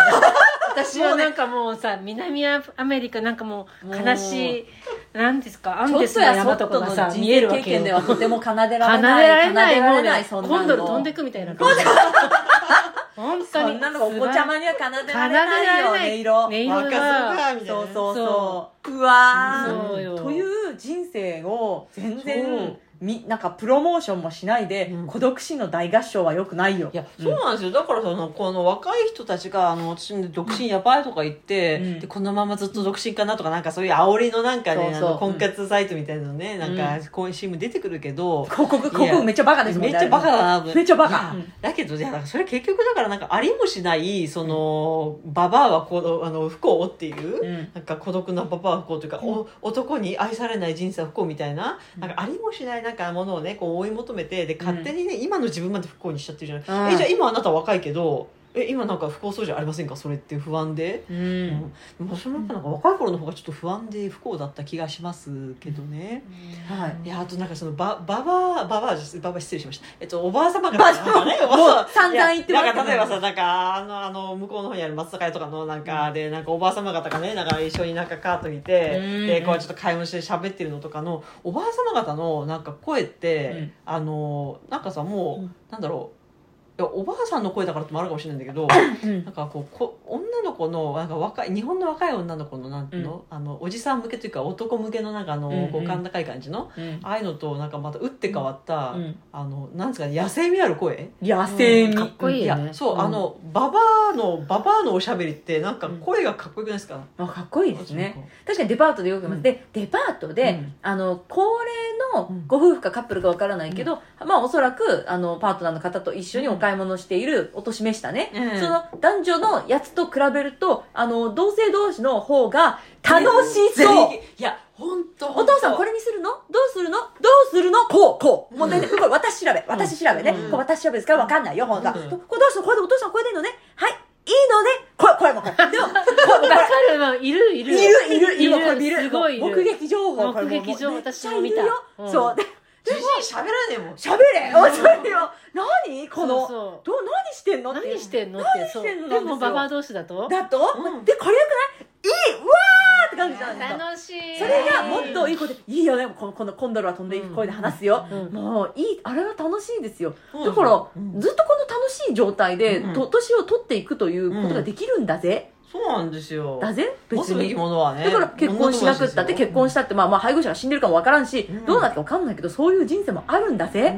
S4: 私はなんかもうさ南アメリカなんかもう悲しいなんですかア
S2: ち
S4: ン
S2: ょ
S4: デ
S2: っ
S4: ス
S2: と
S4: の
S2: やそ
S4: 山
S2: っと
S4: と
S2: の
S4: かがさ
S2: 人
S4: 見え
S2: 生
S4: るわ
S2: 経
S4: け
S2: 験
S4: よ
S2: ではとても奏でられない
S4: 奏でられない
S2: 奏でら れない
S4: も
S2: そ
S4: うんね
S2: なの
S4: コンドル飛んでくみたいな感じ本当
S2: そ
S4: に
S2: んなのお子ちゃまには奏でられないよ
S4: 奏でられない音
S2: 音色
S4: 色
S3: 若そ
S4: が
S3: うかみたい
S2: そ
S3: な
S2: うそ
S3: ね
S2: うそう
S4: そう
S2: わー
S4: そうよ
S2: という人生を全然
S3: そう
S2: みなんかプロモーションもしないで、
S3: うん
S2: 孤独死の大合唱はよくないよ
S3: いや、そうなんですよ。だからその、この若い人たちが、あの、私、独身やばいとか言って、
S2: うん
S3: で、このままずっと独身かなとか、なんかそういう煽りのなんかね、
S6: そうそう
S3: あの婚活サイトみたいなのね、なんか、こういう CM 出てくるけど、
S2: 広告
S3: い
S2: 広
S3: や
S2: 告めっちゃバカですもん
S3: めっ
S2: ね
S3: ちゃバカだな
S2: めっちゃバカ
S3: いや
S2: うん
S3: だけどいやそれ結局だからなんかありもしないそのババアはこのあの不幸っていう、
S2: うん
S3: なんか孤独なババアは不幸というか、お男に愛されない人生は不幸みたいな,、なんかありもしないなんかものをねこう追い求めてで勝手にね、今の自分まで不幸にしちゃってるじゃない、
S2: うん
S3: えじゃあ今あなた若いけどえ今なんか不幸そうじゃありませんかそれって不安で。
S2: う
S3: うんん、私もやっぱなんか若い頃の方がちょっと不安で不幸だった気がしますけどね。
S2: はい
S3: いやあとなんかそのばばばばばじばば失礼しましたえっとおばあ様がなんか ねおばあ様
S2: 散々言ってます
S3: い
S2: け
S3: や
S2: ど
S3: なんか例えばさなんかあのあの向こうの方にある松坂屋とかのなんかで、なんかおばあ様方がねなんか一緒になんかカート見て、
S2: うん
S3: でこうちょっと買い物して喋ってるのとかのおばあ様方のなんか声って、
S2: うん
S3: あのなんかさもう、
S2: うん
S3: なんだろういやおばあさんの声だからってもあるかもしれないんだ けど
S2: うん
S3: なんかこうこ女の子のなんか若い日本の若い女の子のなんていうの,、あのおじさん向けというか男向けのなんかあの、
S2: うんうん
S3: こう甲高い感じの
S2: うん
S3: ああいうのとなんかまた打って変わった、
S2: うん
S3: あのなんですかね野生味ある声
S2: 野生
S4: うん
S2: 味
S4: かっこいいよね
S3: やそう、
S2: うん
S3: あのババアのババアのおしゃべりってなんか声がかっこよくないですか、
S2: あかっこいいですね確かにデパートでよく見ます、
S3: うん
S2: でデパートで、
S3: うん
S2: あの高齢
S3: う
S2: の
S3: ん
S2: ご夫婦かカップルかわからないけど、まあおそらくあのパートナーの方と一緒にお買い物しているお年めしたね、
S3: うん
S2: その男女のやつと比べるとあの同性同士の方が楽しそう、
S3: いや本当
S2: お父さんこれにするのどうするのどうするのこうこう問題ねこれ私調べ私調べね、
S3: うん
S2: これ私調べですからわかんないよ本当は、
S3: うん
S2: これどうするのこれでお父さんこれでいいのねはいいいのねこれこれもこれ でもこれもこ
S4: わ
S2: れ
S4: かるわいるいる
S2: いるいるいるこれ見る
S4: すごいいる
S2: 目撃情報これも
S4: 目撃情報
S2: めっちゃ
S4: 私も見た
S2: いるよ
S4: うん
S2: そうで
S3: じじいしゃべらねえもん
S2: 喋れおしゃべれよ何このどう
S4: そう
S2: 何してんの
S4: そう
S2: って
S4: 何してんのっ
S2: 何
S4: て
S2: し
S4: そう
S2: てんの
S4: で
S2: なんですよ
S4: もババア同士だと
S2: だと
S3: うん
S2: でこれよくないいいうわーって感じじゃないですか
S4: 楽しい
S2: それがもっといい声でいいよねこのこのコンドルは飛んでいく声で話すよ
S4: うん
S2: もういいあれは楽しいですよ
S3: うん
S2: だから
S3: うん
S2: ずっとこの楽しい状態で
S3: うん
S2: と年を取っていくということができるんだぜ
S3: そうなんですよ
S2: だぜ
S3: 持つ
S2: 別
S3: べき
S2: に
S3: ものはね
S2: だから結婚しなくったって結婚したって、まあまあ配偶者が死んでるかもわからんし、
S3: うん
S2: どうなってかわかんないけど、そういう人生もあるんだ
S3: て
S2: ぜ。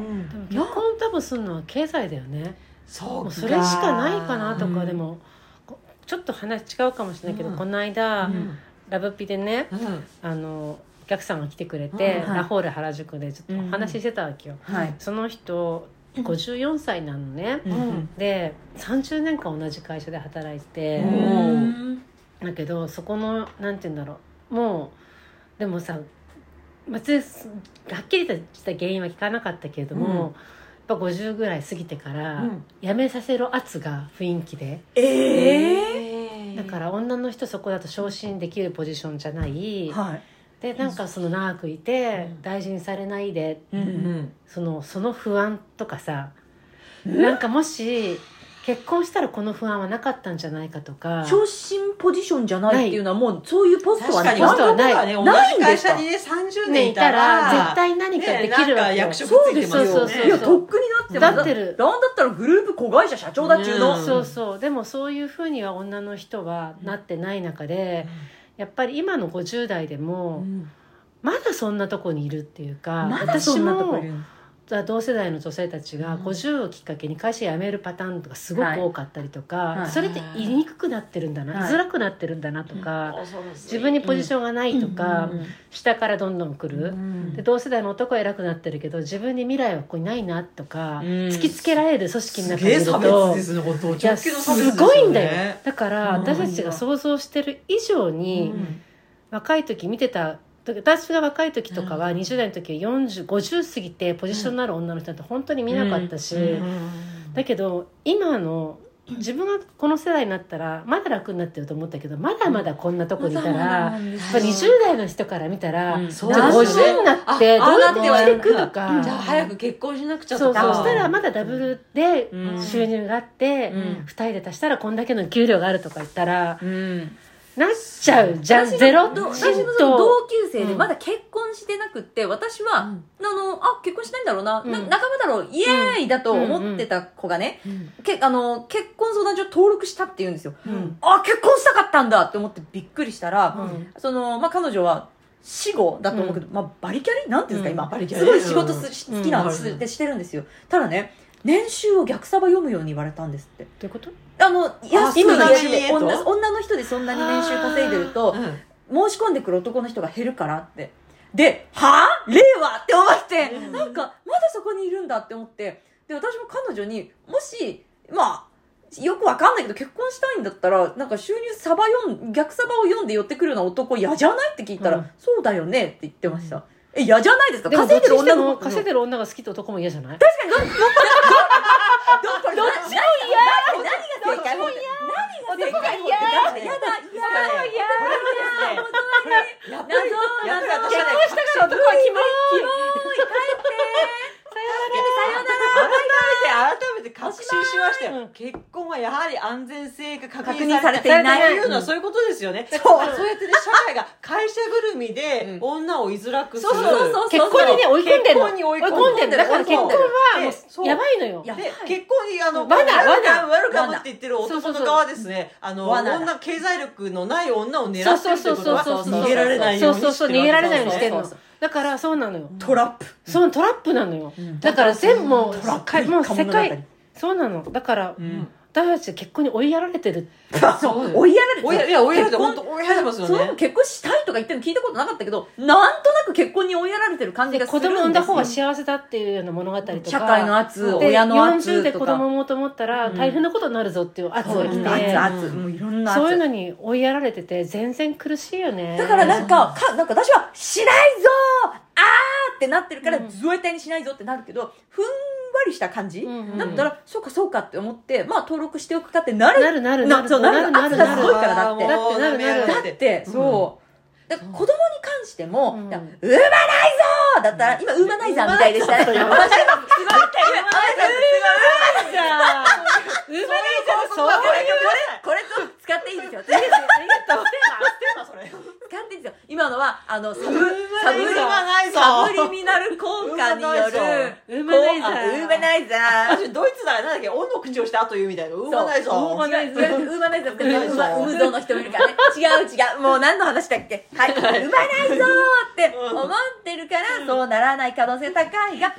S4: でも結婚多分するのは経済だよね
S3: そう
S4: も
S3: か
S4: うそれしかないかなと
S2: う
S4: か
S2: ん
S4: でもこちょっと話違うかもしれないけど、
S3: うん
S4: この間、
S3: うん
S4: ラブピでね
S3: うん
S4: あのお客さんが来てくれて、
S2: うんはい
S4: ラフォール原宿でちょっとお話ししてたわけよ、
S2: はい。
S4: その人54歳なのね、
S2: うん
S3: うん
S4: で30年間同じ会社で働いて
S3: う、ん
S4: だけどそこのなんて言うんだろうもうでもさ別にすはっきりとした原因は聞かなかったけれども、
S3: うん
S4: やっぱ50ぐらい過ぎてから、
S3: うん
S4: 辞めさせる圧が雰囲気で。
S2: ええ
S4: だから女の人そこだと昇進できるポジションじゃない、
S2: はい。
S4: でなんかその長くいて
S3: うん
S4: 大事にされないで、
S2: う。
S3: うんん
S4: そのその不安とかさ、なんかもし結婚したらこの不安はなかったんじゃないかとか
S2: 昇進ポジションじゃないっていうのはもう、そういうポスト
S3: 確
S2: は
S3: か
S2: な
S3: に
S2: い。
S4: ポストは
S3: 本当だね同
S2: ない
S3: じ会社にね30
S4: ね
S3: 年
S4: い
S3: い
S4: た
S3: た
S4: ら
S3: ら
S4: 絶対何かできるわけ
S3: ねなんか
S4: よ、
S3: 役職ついてますよね
S4: そうですそうそうそう
S2: いや、とっくになってます
S4: なってる
S2: なんだったらグループ子会社社長だっちゅうの。
S3: うん
S4: そうそうでもそういうふうには女の人はなってない中で、やっぱり今の50代でも、まだそんなとこにいるっていうか、
S2: まだ
S4: 私
S2: そんなとこ
S4: も
S2: いる。
S4: 同世代の女性たちが
S3: うん
S4: 50をきっかけに会社辞めるパターンとかすごく多かったりとか、
S2: いはい
S4: それって言いにくくなってるんだな、
S2: はい
S4: 言いづらくなってるんだなとか、自
S3: 自
S4: 分にポジションがないとか、
S2: うん
S4: 下からどんどん来る、
S3: 分
S4: で同世代の男は偉くなってるけど自分に未来はここにないなとか、
S2: うん
S4: 突きつけられる組織の中に
S3: すげ
S4: い
S3: え
S4: る
S3: 差
S4: と
S3: 別ですね、これ、ど
S4: いや
S3: 級の差別ですす
S4: ごいんだよ、
S3: ね。
S4: だから私たちが想像してる以上に、
S3: うん
S4: 若い時見てた私が若い時とかは20代の時は4050過ぎてポジションのある女の人なんて本当に見なかったし、だけど今の自分がこの世代になったらまだ楽になってると思ったけどまだまだこんなとこにいたら、やっぱ20代の人から見たら、
S2: うん
S4: じ
S3: そう
S4: ゃあ
S3: そう
S4: 50になってど
S3: あ
S4: うや
S3: あ
S4: って
S3: なっては
S4: 生きていくとか、
S3: じゃあ早く結婚しなくちゃ
S4: そうそ
S3: と
S4: う
S3: か。
S4: したらまだダブルで
S2: うん
S4: 収入があって、
S2: うん
S4: 2人で足したらこんだけの給料があるとか言ったら、
S2: うん。
S4: なっちゃうじゃん
S2: 私も
S4: ゼロ
S2: ど
S4: チ
S2: 私
S4: ン
S2: もその
S4: と。
S2: 同級生でまだ結婚してなくって、私は、
S3: うん
S2: あの、あ、結婚しないんだろうな、な
S4: うん
S2: 仲間だろう、イエーイだと思ってた子がね、けあの結婚相談所登録したって言うんですよ、
S4: うん
S2: あ結婚したかったんだって思ってびっくりしたら、
S4: うん
S2: そのまあ、彼女は死後だと思うけど、まあ、バリキャリなんていうんですか、
S3: うんバリキ
S2: 今
S3: ャ
S2: す
S3: リ
S2: ごい仕事す、
S3: う
S2: し好きなんです、
S3: うん
S2: でしてるんですよただね年収を逆さば読むように言われたんですって
S4: ういうこと
S2: あの安い
S3: 今の
S2: 家で
S3: 家と
S2: 女女の人でそんなに年収稼いでると申し込んでくる男の人が減るからって。で、はぁ令和って思って、
S3: うん
S2: なんか、まだそこにいるんだって思って、で、私も彼女に、もし、まあ、よくわかんないけど結婚したいんだったら、なんか収入サバ読ん、逆サバを読んで寄ってくるような男嫌じゃないって聞いたら、
S4: うん
S2: そうだよねって言ってました。え、嫌じゃないですか
S4: でも
S2: 稼いでる女
S4: ど
S2: の
S4: っちにしても
S2: 子。
S4: 稼い
S2: で
S4: でる女が好きって男も嫌じゃない
S2: どっちも嫌何が正解本当に何が正解本当にだ嫌だ、嫌だ。
S3: や
S2: 謎
S3: っぱりやっ
S2: 謎
S3: ぱり私は
S4: だから男は
S3: ね
S4: キモい
S3: 改めて改めて確信しましたよ、
S4: うん
S3: 結婚はやはり安全性が確
S2: 確
S3: 認
S2: 認
S3: さ
S2: さ
S3: れ
S2: れて
S3: てい
S2: い
S3: ない
S2: ない
S3: というのはそういうことですよね、そうそうやってね社会が会社ぐるみで女を居づらくする、
S2: そうそうそう
S4: 結婚にね追い込んでんの
S3: 結婚に追い込んで
S4: 追い
S3: る
S4: 込んでんのだから結婚は
S3: そ
S4: もう
S3: う
S4: やばいのよ
S2: やばい
S3: で結婚にあの
S4: 罠罠
S3: ワルカムって言ってる
S4: 罠
S3: 男の側はですねあの
S2: 罠だ
S3: 女経済力のない女を狙
S4: そう
S3: って
S4: そう
S3: るって
S4: そう
S3: こと
S4: そう
S3: は
S4: そう
S3: 逃げられない
S4: そう
S3: よ
S4: う
S3: に
S4: そうそう逃げられないようにしてん
S2: る
S4: のだからそうなのよ
S2: トラップ。
S4: そのトラップなのよだから全部もう世界もう世
S2: 家物
S4: 界そうなのだから
S3: ん
S4: 私たち結婚に追いやられてる
S3: そうだよ
S2: 追いやられて
S3: 追いやいや追いやられて
S2: 結婚
S3: 本当追いやられてますよ
S2: それで
S3: ね
S2: も結婚したいとか言ってるの聞いたことなかったけどなんとなく結婚に追いやられてる感じ
S4: で
S2: がす
S4: 子
S2: るんです
S4: 供
S2: よ
S4: 産んだ方が幸せだっていうような物語とか
S2: 社会の圧
S4: で
S2: 親の
S4: 40
S2: 圧
S4: で
S2: と
S4: 子
S2: か
S4: 供産もうと思ったら
S2: うん
S4: 大変なことになるぞっていう圧
S2: そ
S4: が
S2: う
S4: 来て、
S2: 圧
S3: あ
S2: 圧もういろんな圧
S4: そういうのに追いやられてて全然苦しいよね
S2: だからなんかかなんか私は「しないぞーあー!」ってなってるから
S4: うん
S2: 絶対にしないぞってなるけどふんわりした感じ
S4: うんうん
S2: だったらそうかそうかって思ってまあ登録しておくかってなる
S4: なるなるなる
S2: そうなる
S4: なる
S2: 圧
S4: な
S2: がすごい
S4: る
S2: からだって
S3: あーもう
S4: だってなる
S2: だ
S4: な
S2: ってそうだから子供に関しても
S4: うん
S2: 「だから産まないぞ!」だったら今「産まないぞ!」みたいでしたね
S3: そういうことそういう
S2: これと使っていいですよ。使
S3: ことそれ
S2: っていいですよ。今のは、あの、サブ、サブ
S3: サブ
S2: リ、
S3: 産まないぞ
S2: サブリミナル効果による、
S4: 産まないぞ
S2: こうあ産まないぞ
S3: あドイツだらなんだっけ恩の口をした後言うみたいな産まないぞ
S2: そう産まないぞ。産まないぞ。
S3: まないぞ
S2: 産ま産むぞの人もいるからね。違う違う。もう何の話だっけはい。産まないぞーって思ってるから、そうならない可能性高いが、ふんわ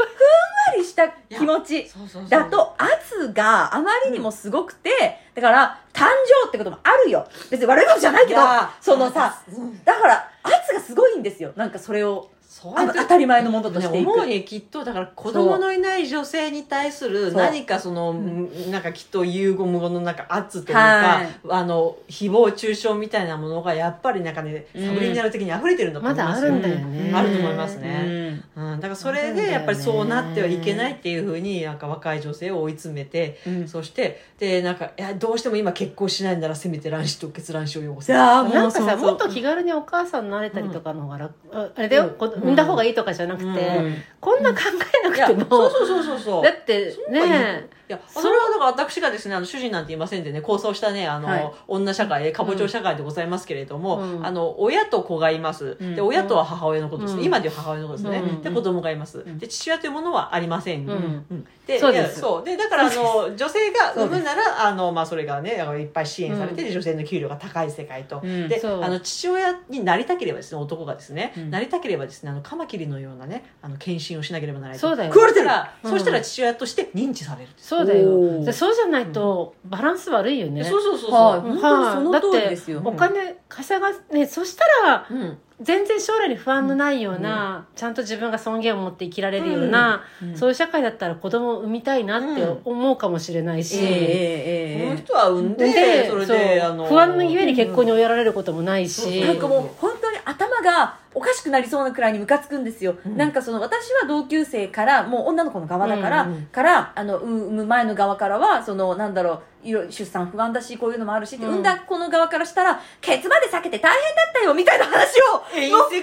S2: りした気持ち。
S3: そうそうそう
S2: だと圧があまりにもすごくて、だから誕生ってこともあるよ別に悪いことじゃないけど
S3: いやー
S2: そのさ
S3: うん
S2: だから圧がすごいんですよなんかそれを
S3: そう
S2: あの当たり前のものとしてい
S3: ね、思
S2: く、
S3: うにきっとだから子供のいない女性に対する
S2: そう
S3: 何かそのうんなんかきっと融合無言のなんか圧というか、
S2: はい
S3: あの誹謗中傷みたいなものがやっぱりなんかねサ
S2: うん
S3: ブリミナル的に溢れてるんだと
S4: ま
S3: 思い
S4: だ
S3: ま
S4: あ
S3: す
S4: る
S3: よ
S4: んだよね、
S3: うんあると思いますね
S2: うん
S3: うん、だからそれでやっぱりそうなってはいけないっていうふうになんか若い女性を追い詰めて、
S2: うん
S3: そしてでなんかいやどうしても今結婚しないならせめて卵子と血卵子を汚
S2: じ
S3: せ
S2: ゃあもう
S4: なんかさ
S2: そうそう
S4: もっと気軽にお母さんになれたりとかの方が楽、ああれだよ、
S3: うん
S4: こ産んだ方がいいとかじゃなくて、
S3: うん
S4: こんな考えなくても、
S3: そうそうそうそうそう
S4: だってね
S3: いや、それはだから私がですね、あの、主人なんていませんでね、構想したね、あの、
S2: はい
S3: 女社会、家母長社会でございますけれども、
S4: うん
S3: あの、親と子がいます。
S2: うん
S3: で、親とは母親のことですね。
S4: うん
S3: 今でいう母親のことですね。
S4: うん
S3: で、子供がいます。
S2: ん
S3: で、父親というものはありません。
S4: うん
S3: うんで
S4: そうです
S3: いやそう。で、だから、あの、女性が産むなら、あの、まあ、それがね、あのいっぱい支援されて、女性の給料が高い世界と。
S2: うん
S3: で、
S4: そう
S3: あの、父親になりたければですね、男がですね、
S2: うん
S3: なりたければですね、あの、カマキリのようなね、あの、献身をしなければならないと。
S4: そうだよ
S3: 食われてるそうしたら
S4: うん
S3: 父親として認知されるんです
S4: そうだよ
S2: おー
S4: でそうじゃないとバランス悪いよね、
S3: そうそうそう
S2: はい
S3: そう。
S2: 本当にその通りです
S4: だ
S2: よ
S4: ってお金稼がねそしたら
S3: うん。
S4: 全然将来に不安のないような、ちゃんと自分が尊厳を持って生きられるような、
S2: うん
S4: そういう社会だったら子供を産みたいなって思うかもしれない
S2: え
S4: し、
S2: ええええ
S3: この
S2: え
S3: 人は産んで、
S4: で
S3: それで、
S4: そう
S3: あの、
S4: 不安のゆえに結婚に追いやられることもないし、
S3: うん
S2: なんかもう本当に頭がおかしくなりそうなくらいにムカつくんですよ、
S3: うん
S2: なんかその私は同級生からもう女の子の側だから、
S3: うんうん
S2: からあの産む前の側からはそのなんだろういろいろ出産不安だしこういうのもあるしって、
S4: うん
S2: 産んだ子の側からしたらケツまで避けて大変だったよみたいな話を
S3: え、いい
S2: もう
S3: 世界で、え、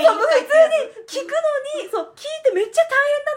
S3: いい
S2: そう普
S3: 世界
S2: 通に聞くのにそう聞いてめっちゃ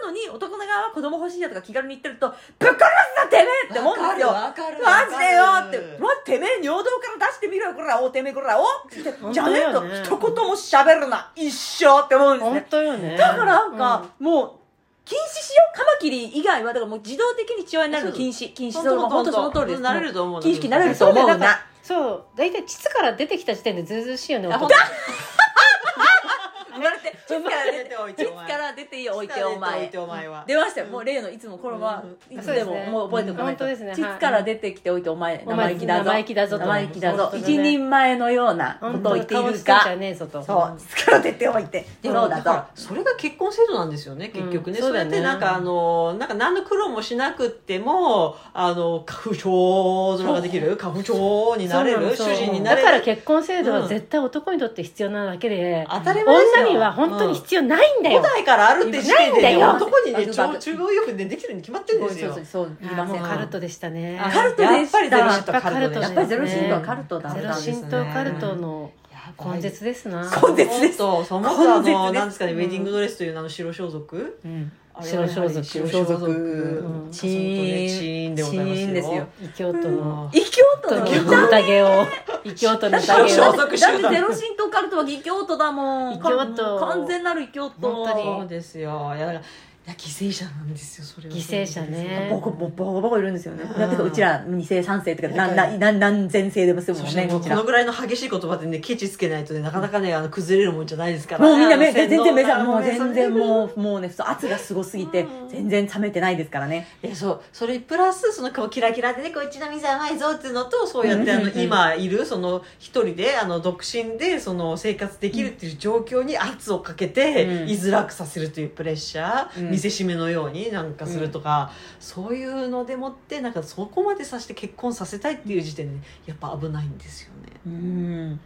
S2: 大変なのに男の側は子供欲しいやとか気軽に言ってるとぶっ殺すなてめえって思うんですよ
S3: わかる
S2: マジでよって、
S3: わ
S2: まてめえ尿道から出してみろよこらおてめえこらおって言って
S4: 本
S2: じ
S4: 当
S2: ゃ
S4: だ
S2: ね
S4: よね
S2: えと一言も喋るな一生って思うんです
S4: 本
S2: ね
S4: 当よね
S2: だからなんか、もう禁止しようカマキリ以外はだからもう自動的に父親になるの禁止禁止
S3: か
S2: そ
S3: る
S2: れ
S3: わ
S2: は
S3: かる。
S2: 本当その通りです
S3: なれると思う。
S2: 禁止になれると思う
S4: そうだよ
S2: な
S4: そう大体膣から出てきた時点でずうずうしいよね
S3: あほん
S4: 男
S3: と
S2: 言われて、いつから出
S3: 出ておい
S2: て、いつ
S3: てお前
S2: から出ておいてお前。
S3: は
S2: 出ましたよ。もう例のいつもこれは、いつでももう覚えておかないと。
S4: そうですね本当です
S2: い
S4: ね
S2: つから出てきておいてお前、生意気だぞ。
S4: 生意気だぞと
S2: 生意気だぞ。
S4: 本当だね
S2: 一人前のようなこ
S4: 本当
S2: とを
S4: に
S2: 言ってい
S4: 顔
S2: る
S4: してんじゃ
S2: が、
S4: ねえぞと
S2: そう、いつから出ておいて、
S3: で
S2: そう
S3: も
S2: だ
S3: だ
S2: ぞ
S3: か。らそれが結婚制度なんですよね結局ね、
S4: うん
S3: それっ
S4: そうだね
S3: てなんかあのなんか何の苦労もしなくってもあの花粉症とかができる花粉症になれる主
S4: そう
S3: 人になれ
S4: だから
S3: る
S4: 結婚制度は絶対男にとって必要なだけで、
S3: 当たり前ですよ
S4: 女には本当に必要ないんだよ、
S3: 古代からあるって時点で、
S4: ない
S3: ね、
S4: んだよ
S3: 男に
S2: あ
S3: ね
S2: の
S3: 中中央欲でできるに決まってるんですよ
S2: そうそう、言い
S4: あ
S2: ま
S4: ーも
S2: せ。
S4: うんカルトでしたね
S3: あ
S2: カルトでした
S3: やっぱりゼロシントはカルトで
S2: や
S3: し
S2: ったぱり
S3: ね
S2: ゼロシントはカルトだ
S4: ゼロ神道
S2: ったんですね。
S4: カルトの
S3: やばい
S4: 根絶ですな
S2: 根絶です
S3: 本当そう思ったあ
S2: 根絶で
S3: の
S2: す
S3: なんですかねウェディングドレスという名の白装束、
S2: うん。
S3: あれはやはり
S4: 白
S2: 装束
S3: 白装束
S2: うん
S3: チーン
S2: チ
S3: チ
S2: ー
S3: ー
S2: ン
S3: ンでございます
S2: チーンですよ
S4: 異教徒の
S2: 異教徒
S4: 異
S2: の
S4: 教徒の宴 を異教徒の
S2: だって
S3: 白
S4: 宴
S3: 装
S4: を
S2: だ
S3: 束
S2: って
S3: 集団
S2: ゼロ神道カルトは異教徒だもん
S4: 異教徒
S2: 完全なる異教徒
S4: 本当に
S3: そうですよいやだからいや犠牲者なんですよそれは
S4: 犠牲者ね
S2: ボコボコボコボコいるんですよね。
S3: うん
S2: だってかうちら二世三世とか
S3: だ
S2: 何
S3: から
S2: 何何何千世でもする
S3: そ
S2: もん
S3: して
S2: ね。
S3: も
S2: う
S3: う
S2: ち
S3: こ
S2: ら
S3: のぐらいの激しい言葉でねケチつけないとねなかなかねあの崩れるもんじゃないですから、ね、
S2: もうみんな目
S3: あの
S2: 全然目覚めもう
S3: 洗脳
S2: 全然もうもうねそう圧がすごすぎて全然冷めてないですからね。
S3: いやそうそれプラスそのこうキラキラでねこっちの水甘いぞっていうのとそうやってあの今いるその一人であの独身でその生活できるっていう状況に圧をかけ
S2: う
S3: て
S2: ん
S3: 居づらくさせるというプレッシャー、
S2: うん
S3: 見せしめのようになんかするとか、そういうのでもってなんかそこまでさせて結婚させたいっていう時点でやっぱ危ないんですよね。
S2: うん。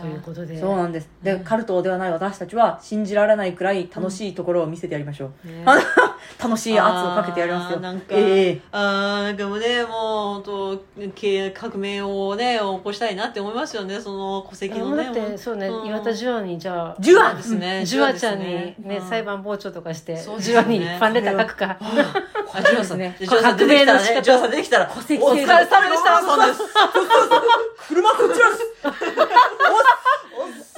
S4: ということで
S2: そうなんです。でカルトではない私たちは信じられないくらい楽しいところを見せてやりましょう。
S3: ね
S2: あの楽しい圧をかけてやります
S3: あ
S2: よ。
S3: ーなんか、
S2: ええ
S3: あーなんかもうね、もう、本当、経営革命をね、起こしたいなって思いますよね、その戸籍
S4: あ
S3: の
S4: もう
S3: ね。
S4: だってそうね
S3: うん
S4: 岩田ジュアにじゃあ
S2: ジュア
S3: ですね。
S4: ジュアちゃんに
S3: ですね
S4: ね
S3: うん
S4: 裁判傍聴とかして
S3: そうです
S4: ジュ
S3: よ
S4: ア
S3: ね
S4: にファンレター書く か
S3: あ、ジュアさんね。ジュアさ
S4: 革
S3: ん出
S4: 命
S3: てきた
S4: の
S3: ら
S4: 仕
S3: ね、
S4: 方
S3: ジュアさん出てきたら、戸
S2: 籍
S3: お疲れ様でした、。
S2: そうです車こっちです。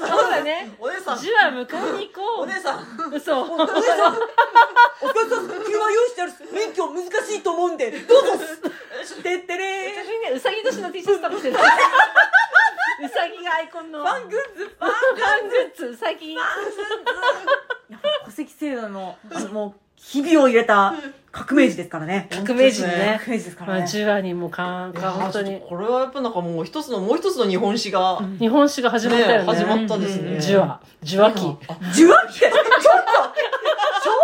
S4: そうだね
S3: お姉さん
S4: ジ、ュア向かいに行こ
S3: お姉さん、
S4: う嘘
S2: お母さん車用意してあるっす免許難しいと思うん でどうぞっすてってれー
S4: 私ねうさぎ年の T シャツかぶって るうさぎがアイコンのファングッズファングッズうさぎ
S2: 戸籍制度のあのもう日々を入れた革命児ですからね
S4: 革命児ね
S2: 革命児ですから
S4: まあ
S2: ね
S4: ジュアにもかん
S3: い
S4: か
S3: や
S4: 本当に
S3: これはやっぱなんかもう一つの、もう一つの日本史が、
S4: 日本史が始まったよね
S3: ね始まったですね
S4: うんジュアジュア期
S3: あ
S2: 受話器ちょっ
S3: もう今日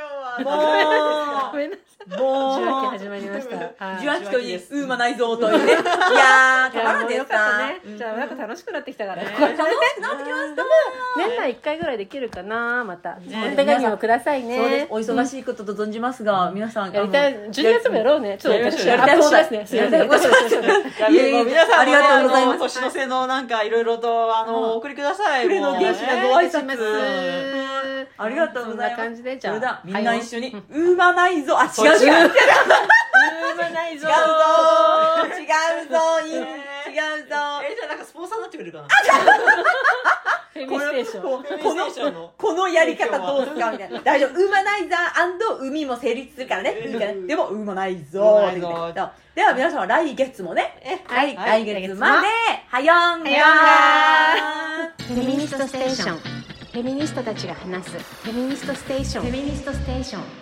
S3: は、
S2: と
S4: ごめんなさい
S2: も
S4: ジ
S2: う
S4: ュア
S2: も
S4: 期始まりましたは
S2: う
S4: い
S2: 受話器といいウーマ内臓といいねいやー
S4: い
S2: たま
S4: や
S2: ら
S4: も
S2: ん
S4: う
S2: で
S4: よ
S2: す
S4: かった
S2: か
S4: ねじゃあなんか楽しくなってきた からね
S2: 楽しくなってきました
S4: 年内一回ぐらいできるかなまた
S2: ね
S4: お手紙をください
S2: そうです
S4: ね
S2: お忙しいことと存じますが皆さん
S4: やりたい12月もやろうねちょっと
S3: やりましょ
S4: 私
S3: うや
S4: ア
S3: り
S4: ップ
S2: たい放
S4: し
S2: 題
S4: ますねすい
S2: や
S4: ま
S2: り
S4: せ
S2: たい
S4: ん
S2: 放題
S3: いや
S2: いえいえ
S3: もう皆さんもね、
S2: ありがとうございます
S3: あの年の瀬のなんかいろいろと、あの、お送りください。
S2: 暮れの
S3: もう
S2: 元気な
S4: お
S2: ご挨拶
S4: 願いします
S2: ありがとうござい
S4: そんな
S2: ます
S4: 感じでじ
S2: そ
S4: ゃ
S2: れだ
S4: あ
S2: みんな一
S4: 緒
S2: 緒にウーマ内臓あ違う違う違う
S4: ないぞ
S2: 違うぞー違うぞーいい違うぞー
S3: えじゃあなんかスポンサーになってくれるかな
S4: フェミステーション
S2: ここの
S3: フェミステーションの
S2: このやり方どうすかみたいな大丈夫ウーマナイザー海も成立するからねいいからねでもウーマナイザーって言
S3: ウーマナ
S2: って
S3: イザ
S2: そうでは皆様来月もねはい
S3: は
S2: 来
S3: い
S2: 月まではよんがー
S7: フェミニストステーションフェミニストたちが話すフェミニストステーションフェミニストステーション